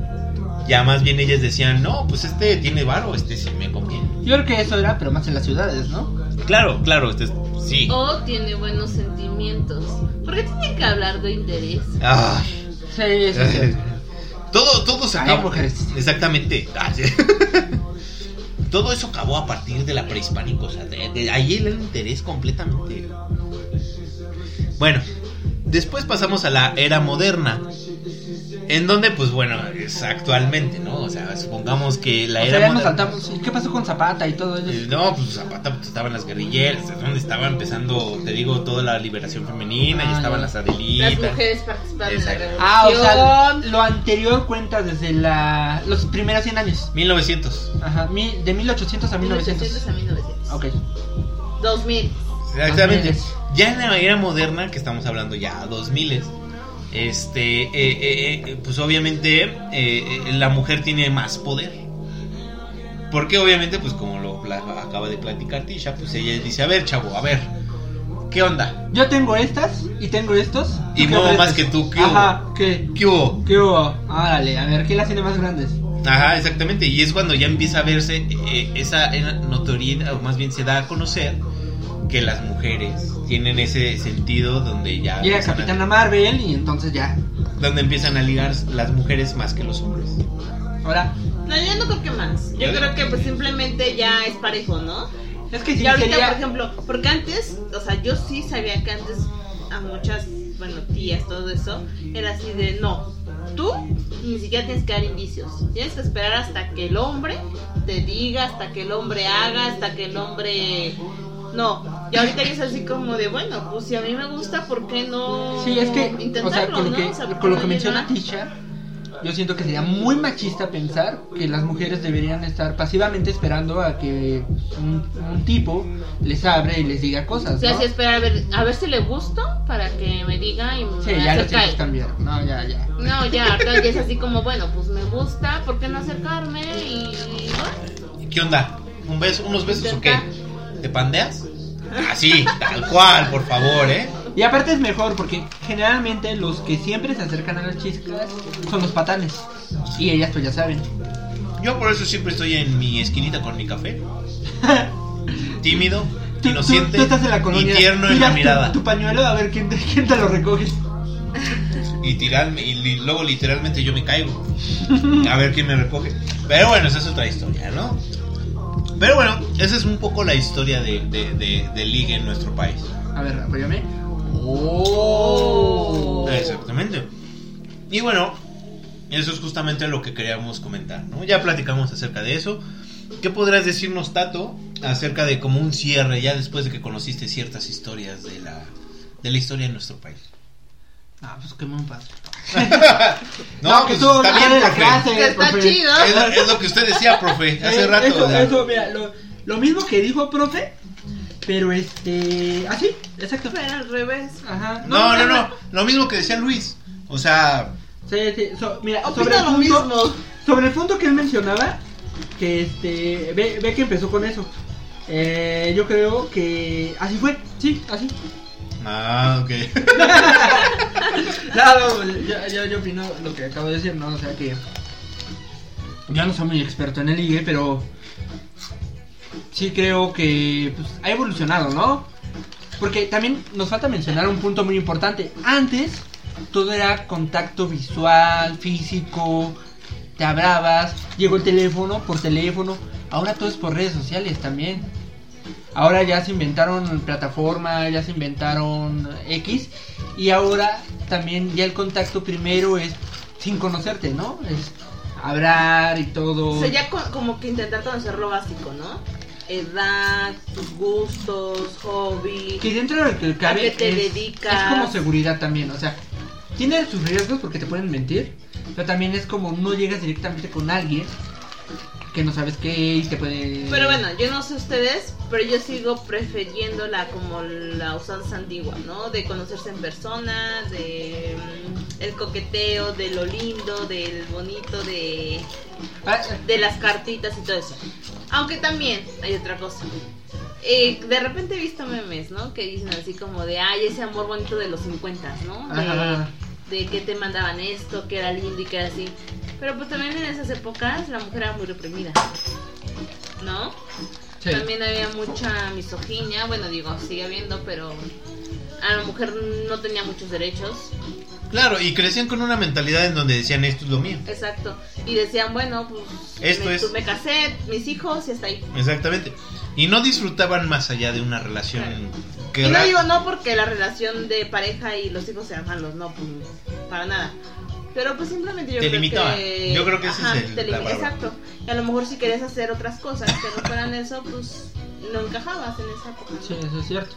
[SPEAKER 2] Ya más bien ellas decían, no, pues este tiene varo, este sí me conviene.
[SPEAKER 4] Yo creo que eso era, pero más en las ciudades, ¿no?
[SPEAKER 2] Claro, claro, este es- sí.
[SPEAKER 3] O tiene buenos sentimientos. ¿Por qué tienen que hablar de interés?
[SPEAKER 2] Ay.
[SPEAKER 4] Sí, sí,
[SPEAKER 2] Eh,
[SPEAKER 4] sí.
[SPEAKER 2] (laughs) Todo, todo se
[SPEAKER 4] Ay,
[SPEAKER 2] acabó.
[SPEAKER 4] mujeres.
[SPEAKER 2] Exactamente. Ah, sí. (laughs) todo eso acabó a partir de la prehispánica. O sea, de, de ahí el interés completamente. Bueno, después pasamos a la era moderna. En donde, pues bueno, es actualmente, ¿no? O sea, supongamos que la
[SPEAKER 4] O sea,
[SPEAKER 2] era
[SPEAKER 4] ya nos
[SPEAKER 2] moderna.
[SPEAKER 4] saltamos. ¿Y ¿Qué pasó con Zapata y todo
[SPEAKER 2] Eh,
[SPEAKER 4] eso?
[SPEAKER 2] No, pues Zapata pues, estaban las guerrilleras, es donde estaba empezando, te digo, toda la liberación femenina,
[SPEAKER 4] Ah,
[SPEAKER 2] y estaban
[SPEAKER 4] ya.
[SPEAKER 2] las
[SPEAKER 3] Las
[SPEAKER 2] Adelitas.
[SPEAKER 3] mujeres participaron en la
[SPEAKER 2] Exacto.
[SPEAKER 3] revolución.
[SPEAKER 4] Ah, o sea, lo anterior cuenta desde la, los primeros 100 años.
[SPEAKER 2] 1900.
[SPEAKER 4] Ajá, mi- de 1800 a
[SPEAKER 3] 1900
[SPEAKER 4] 1900.
[SPEAKER 3] a 1900.
[SPEAKER 4] Ah, Ok.
[SPEAKER 3] 2000.
[SPEAKER 2] Exactamente.
[SPEAKER 4] 2000s.
[SPEAKER 2] Ya en la era moderna, que estamos hablando ya 2000, este, eh, eh, eh, pues obviamente eh, eh, la mujer tiene más poder. Porque obviamente, pues como lo pla- acaba de platicar Tisha, pues ella dice, a ver, chavo, a ver, ¿qué onda?
[SPEAKER 4] Yo tengo estas y tengo estos.
[SPEAKER 2] Y
[SPEAKER 4] ¿Tú qué
[SPEAKER 2] no
[SPEAKER 4] ofreces?
[SPEAKER 2] más que tú, ¿qué hubo?
[SPEAKER 4] Ajá, ¿qué?
[SPEAKER 2] ¿Qué hubo?
[SPEAKER 4] ¿Qué hubo? Árale, a ver, ¿qué las tiene más grandes?
[SPEAKER 2] Ajá, exactamente. Y es cuando ya empieza a verse eh, esa eh, notoriedad, o más bien se da a conocer que las mujeres tienen ese sentido donde ya...
[SPEAKER 4] Llega
[SPEAKER 2] empiezan a-
[SPEAKER 4] Capitana Marvel y entonces ya.
[SPEAKER 2] donde empiezan a ligar las mujeres más que los hombres.
[SPEAKER 4] Ahora,
[SPEAKER 3] No, yo no creo que más. Yo creo que pues simplemente ya es parejo, ¿no?
[SPEAKER 4] es que sí
[SPEAKER 3] Y ahorita,
[SPEAKER 4] sería-
[SPEAKER 3] por ejemplo, porque antes, o sea, yo sí sabía que antes a muchas, bueno, tías, todo eso, era así de, no, tú ni siquiera tienes que dar indicios. Tienes que esperar hasta que el hombre te diga, hasta que el hombre haga, hasta que el hombre... No, y ahorita ya es así como de, bueno, pues si a mí me gusta, ¿por qué no
[SPEAKER 4] Sí, es que,
[SPEAKER 3] intentarlo,
[SPEAKER 4] o sea, con lo
[SPEAKER 3] no?
[SPEAKER 4] que,
[SPEAKER 3] O sea, ¿por qué
[SPEAKER 4] con lo
[SPEAKER 3] no
[SPEAKER 4] que menciona
[SPEAKER 3] llegar?
[SPEAKER 4] Tisha, yo siento que sería muy machista pensar que las mujeres deberían estar pasivamente esperando a que un, un tipo les abre y les diga
[SPEAKER 3] O
[SPEAKER 4] cosas,
[SPEAKER 3] sea,
[SPEAKER 4] ¿no?
[SPEAKER 3] sí, esperar a ver, a ver si le gusto para que me diga y me
[SPEAKER 4] Sí, ya lo tienes que
[SPEAKER 3] acerque.
[SPEAKER 4] cambiar. No, ya, ya.
[SPEAKER 3] No, ya, ahorita ya es así como, bueno, pues me gusta, ¿por qué no acercarme? Y bueno,
[SPEAKER 2] ¿Qué onda? ¿Un beso, ¿Unos besos o qué?
[SPEAKER 3] Intenta.
[SPEAKER 2] ¿Te pandeas? Así, tal cual, por favor, ¿eh?
[SPEAKER 4] Y aparte es mejor porque generalmente los que siempre se acercan a las chicas son los patanes. Y ellas pues ya saben.
[SPEAKER 2] Yo por eso siempre estoy en mi esquinita con mi café. Tímido,
[SPEAKER 4] Tú- Tú,
[SPEAKER 2] inocente
[SPEAKER 4] tú estás en la
[SPEAKER 2] y
[SPEAKER 4] colonia.
[SPEAKER 2] tierno en
[SPEAKER 4] tiras
[SPEAKER 2] la
[SPEAKER 4] tu-
[SPEAKER 2] mirada.
[SPEAKER 4] Tu, pañuelo a ver quién te, quién te lo recoge.
[SPEAKER 2] Y, tirar- y li- luego literalmente yo me caigo. A ver quién me recoge. Pero bueno, esa es otra historia, ¿no? Pero bueno, esa es un poco la historia de, de, de, de ligue en nuestro país.
[SPEAKER 4] A ver, apóyame. Oh.
[SPEAKER 2] Ah, Exactamente. Y bueno, eso es justamente lo que queríamos comentar, ¿no? Ya platicamos acerca de eso. ¿Qué podrás decirnos, Tato, acerca de como un cierre ya después de que conociste ciertas historias de la, de la historia de nuestro país?
[SPEAKER 4] Ah, pues qué buen padre.
[SPEAKER 2] No,
[SPEAKER 4] que
[SPEAKER 2] pues
[SPEAKER 4] tú
[SPEAKER 2] está
[SPEAKER 4] no
[SPEAKER 2] bien,
[SPEAKER 4] eres la
[SPEAKER 2] profe.
[SPEAKER 4] clase,
[SPEAKER 3] Que pues está
[SPEAKER 4] profe.
[SPEAKER 3] chido.
[SPEAKER 2] Es, es lo que usted decía, profe, hace
[SPEAKER 4] Eh,
[SPEAKER 2] rato.
[SPEAKER 4] Eso,
[SPEAKER 2] o sea,
[SPEAKER 4] eso, mira, lo- Lo mismo que dijo profe, pero este. Así, exacto.
[SPEAKER 3] Pero al revés.
[SPEAKER 4] Ajá.
[SPEAKER 2] No, no, no. Lo mismo que decía Luis. O sea,
[SPEAKER 4] Sí, sí, so- mira, sobre
[SPEAKER 3] Opina
[SPEAKER 4] el,
[SPEAKER 3] lo
[SPEAKER 4] punto,
[SPEAKER 3] mismo.
[SPEAKER 4] sobre el punto que él mencionaba, que este. Ve, ve que empezó con eso. Eh, yo creo que así fue, sí, así.
[SPEAKER 2] ah, ok. (laughs)
[SPEAKER 4] (laughs) No, no, yo, yo, yo opino lo que acabo de decir, ¿no? O sea que. Yo no soy muy experto en el IE, pero. Sí creo que pues, ha evolucionado, ¿no? Porque también nos falta mencionar un punto muy importante. Antes, todo era contacto visual, físico, te hablabas, llegó el teléfono por teléfono. Ahora todo es por redes sociales también. Ahora ya se inventaron plataforma, ya se inventaron X. Y ahora también ya el contacto primero es sin conocerte, ¿no? Es hablar y todo.
[SPEAKER 3] O sea, ya co- como que intentar conocer lo básico, ¿no? Edad, tus gustos, hobby.
[SPEAKER 4] Que dentro de lo que cabe
[SPEAKER 3] qué te
[SPEAKER 4] es,
[SPEAKER 3] dedicas?
[SPEAKER 4] es como seguridad también, o sea, tiene sus riesgos porque te pueden mentir, pero también es como no llegas directamente con alguien que no sabes qué y te puede...
[SPEAKER 3] Pero bueno, yo no sé ustedes, pero yo sigo prefiriendo la como la usanza antigua, ¿no? De conocerse en persona, de mm, el coqueteo, de lo lindo, del bonito, de,
[SPEAKER 4] Ah,
[SPEAKER 3] de las cartitas y todo eso. Aunque también hay otra cosa. Eh, de repente he visto memes, ¿no? Que dicen así como de, ay, ese amor bonito de los 50, ¿no? De-
[SPEAKER 4] ajá.
[SPEAKER 3] de que te mandaban esto, que era lindo y que era así. Pero pues también en esas épocas la mujer era muy reprimida. ¿No?
[SPEAKER 4] Sí.
[SPEAKER 3] También había mucha misoginia, bueno digo, sigue habiendo, pero a la mujer no tenía muchos derechos.
[SPEAKER 2] Claro, y crecían con una mentalidad en donde decían esto es lo mío.
[SPEAKER 3] Exacto. Y decían, bueno, pues
[SPEAKER 2] Esto
[SPEAKER 3] me,
[SPEAKER 2] es.
[SPEAKER 3] pues, me casé, mis hijos y hasta ahí.
[SPEAKER 2] Exactamente. Y no disfrutaban más allá de una relación que
[SPEAKER 3] Y no
[SPEAKER 2] ra-
[SPEAKER 3] digo no porque la relación de pareja y los hijos sean malos, no, pues, para nada. Pero pues simplemente yo
[SPEAKER 2] Te
[SPEAKER 3] creo
[SPEAKER 2] limitaba.
[SPEAKER 3] que...
[SPEAKER 2] Yo creo que ese es el-
[SPEAKER 3] te
[SPEAKER 2] la
[SPEAKER 3] limi-
[SPEAKER 2] palabra.
[SPEAKER 3] Exacto. Y a lo mejor si querías hacer otras cosas que no fueran eso, pues no encajabas en esa época. ¿no?
[SPEAKER 4] Sí, eso es cierto.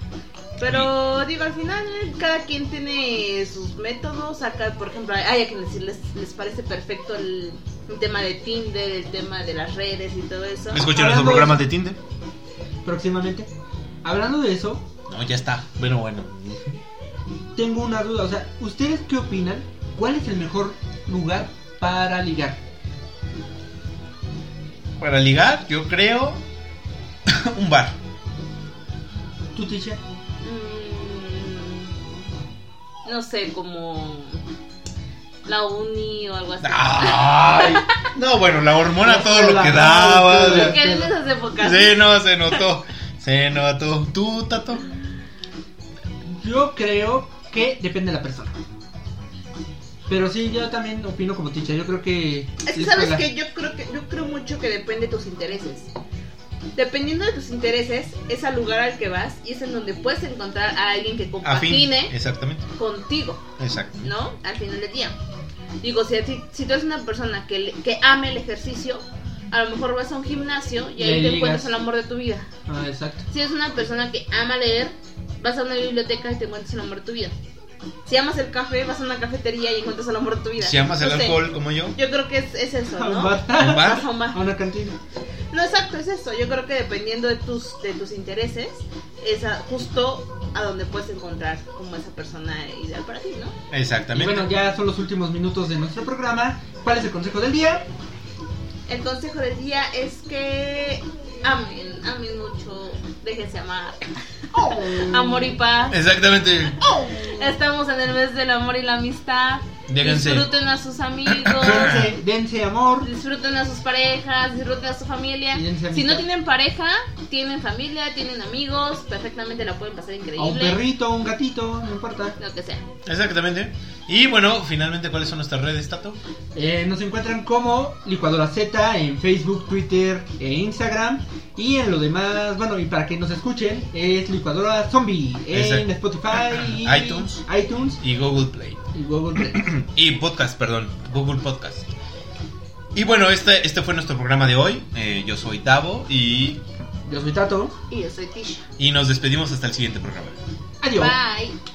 [SPEAKER 3] Pero digo, al final cada quien tiene sus métodos. Acá, por ejemplo, hay a quienes sí les, les parece perfecto el, el tema de Tinder, el tema de las redes y todo eso.
[SPEAKER 2] Escuchen nuestros
[SPEAKER 4] Hablando
[SPEAKER 2] programas de Tinder.
[SPEAKER 4] Próximamente. Hablando de eso,
[SPEAKER 2] No, ya está. Bueno, bueno.
[SPEAKER 4] tengo una duda, o sea, ¿ustedes qué opinan? ¿Cuál es el mejor lugar para ligar?
[SPEAKER 2] Para ligar, yo creo (coughs) un bar.
[SPEAKER 4] ¿Tú, Tisha?
[SPEAKER 3] Mm, no sé, como la uni o algo así.
[SPEAKER 2] Ah, Ay. No, bueno, la hormona
[SPEAKER 4] No,
[SPEAKER 2] todo lo
[SPEAKER 4] la-
[SPEAKER 2] que daba.
[SPEAKER 4] la-
[SPEAKER 3] Porque en esas épocas.
[SPEAKER 2] Sí, no, se notó. Se notó. Tú, Tato.
[SPEAKER 4] Yo creo que depende de la persona. Pero sí, yo también opino como teacher. Yo creo que.
[SPEAKER 3] Es que
[SPEAKER 4] la
[SPEAKER 3] sabes
[SPEAKER 4] escuela-
[SPEAKER 3] que yo creo que yo creo mucho que depende de tus intereses. Dependiendo de tus intereses, es al lugar al que vas y es en donde puedes encontrar a alguien que
[SPEAKER 2] Afín.
[SPEAKER 3] compagine
[SPEAKER 2] Exactamente.
[SPEAKER 3] contigo.
[SPEAKER 2] Exacto.
[SPEAKER 3] ¿eh? ¿no? Al final del día. Digo, si, a ti- si tú eres una persona que, le- que ame el ejercicio, a lo mejor vas a un gimnasio y
[SPEAKER 4] Le
[SPEAKER 3] ahí te
[SPEAKER 4] ligas.
[SPEAKER 3] encuentras el amor de tu vida.
[SPEAKER 4] Ah, exacto.
[SPEAKER 3] Si eres una persona que ama leer, vas a una biblioteca y te encuentras el amor de tu vida. Si amas el café, vas a una cafetería y encuentras el amor de tu vida.
[SPEAKER 2] Si amas el
[SPEAKER 3] No sé,
[SPEAKER 2] alcohol como yo,
[SPEAKER 3] Yo creo que es, es eso,
[SPEAKER 4] A un (laughs)
[SPEAKER 3] ¿no?
[SPEAKER 4] bar.
[SPEAKER 2] un bar.
[SPEAKER 3] (laughs) Vas a un bar.
[SPEAKER 4] A una cantina.
[SPEAKER 3] No, exacto, es eso. Yo creo que dependiendo de tus, de tus intereses, es a- justo a donde puedes encontrar como esa persona ideal para ti, ¿no?
[SPEAKER 4] Y
[SPEAKER 2] Exactamente.
[SPEAKER 4] bueno, ya son los últimos minutos de nuestro programa. ¿Cuál es el consejo del día?
[SPEAKER 3] El consejo del día es que amen, amen mucho, déjense amar. (laughs) Amor y paz.
[SPEAKER 2] Exactamente.
[SPEAKER 3] Estamos en el mes del amor y la amistad.
[SPEAKER 2] Déjense.
[SPEAKER 3] Disfruten a sus amigos.
[SPEAKER 4] Dense, dense amor.
[SPEAKER 3] Disfruten a sus parejas, disfruten a su familia.
[SPEAKER 4] Y dense
[SPEAKER 3] Si
[SPEAKER 4] amistad.
[SPEAKER 3] no tienen pareja, tienen familia, tienen amigos, perfectamente la pueden pasar
[SPEAKER 4] A un
[SPEAKER 3] increíble.
[SPEAKER 4] perrito, a un gatito, no importa.
[SPEAKER 3] Lo que sea.
[SPEAKER 2] Exactamente. Y bueno, finalmente, ¿cuáles son nuestras redes, Tato?
[SPEAKER 4] Eh, nos encuentran como Licuadora Z en Facebook, Twitter e Instagram. Y en lo demás, bueno, y para que nos escuchen, es Licuadora Zombie en
[SPEAKER 2] Exacto.
[SPEAKER 4] Spotify, y
[SPEAKER 2] (clears throat) iTunes.
[SPEAKER 4] iTunes
[SPEAKER 2] Y Google Play.
[SPEAKER 4] y Google Play.
[SPEAKER 2] Y podcast, perdón, Google Podcast. Y bueno, este, este fue nuestro programa de hoy. Eh, yo soy Tavo y,
[SPEAKER 4] Yo soy Tato.
[SPEAKER 3] Y yo soy Tisha.
[SPEAKER 2] y nos despedimos hasta el siguiente programa.
[SPEAKER 4] Adiós.
[SPEAKER 3] Bye.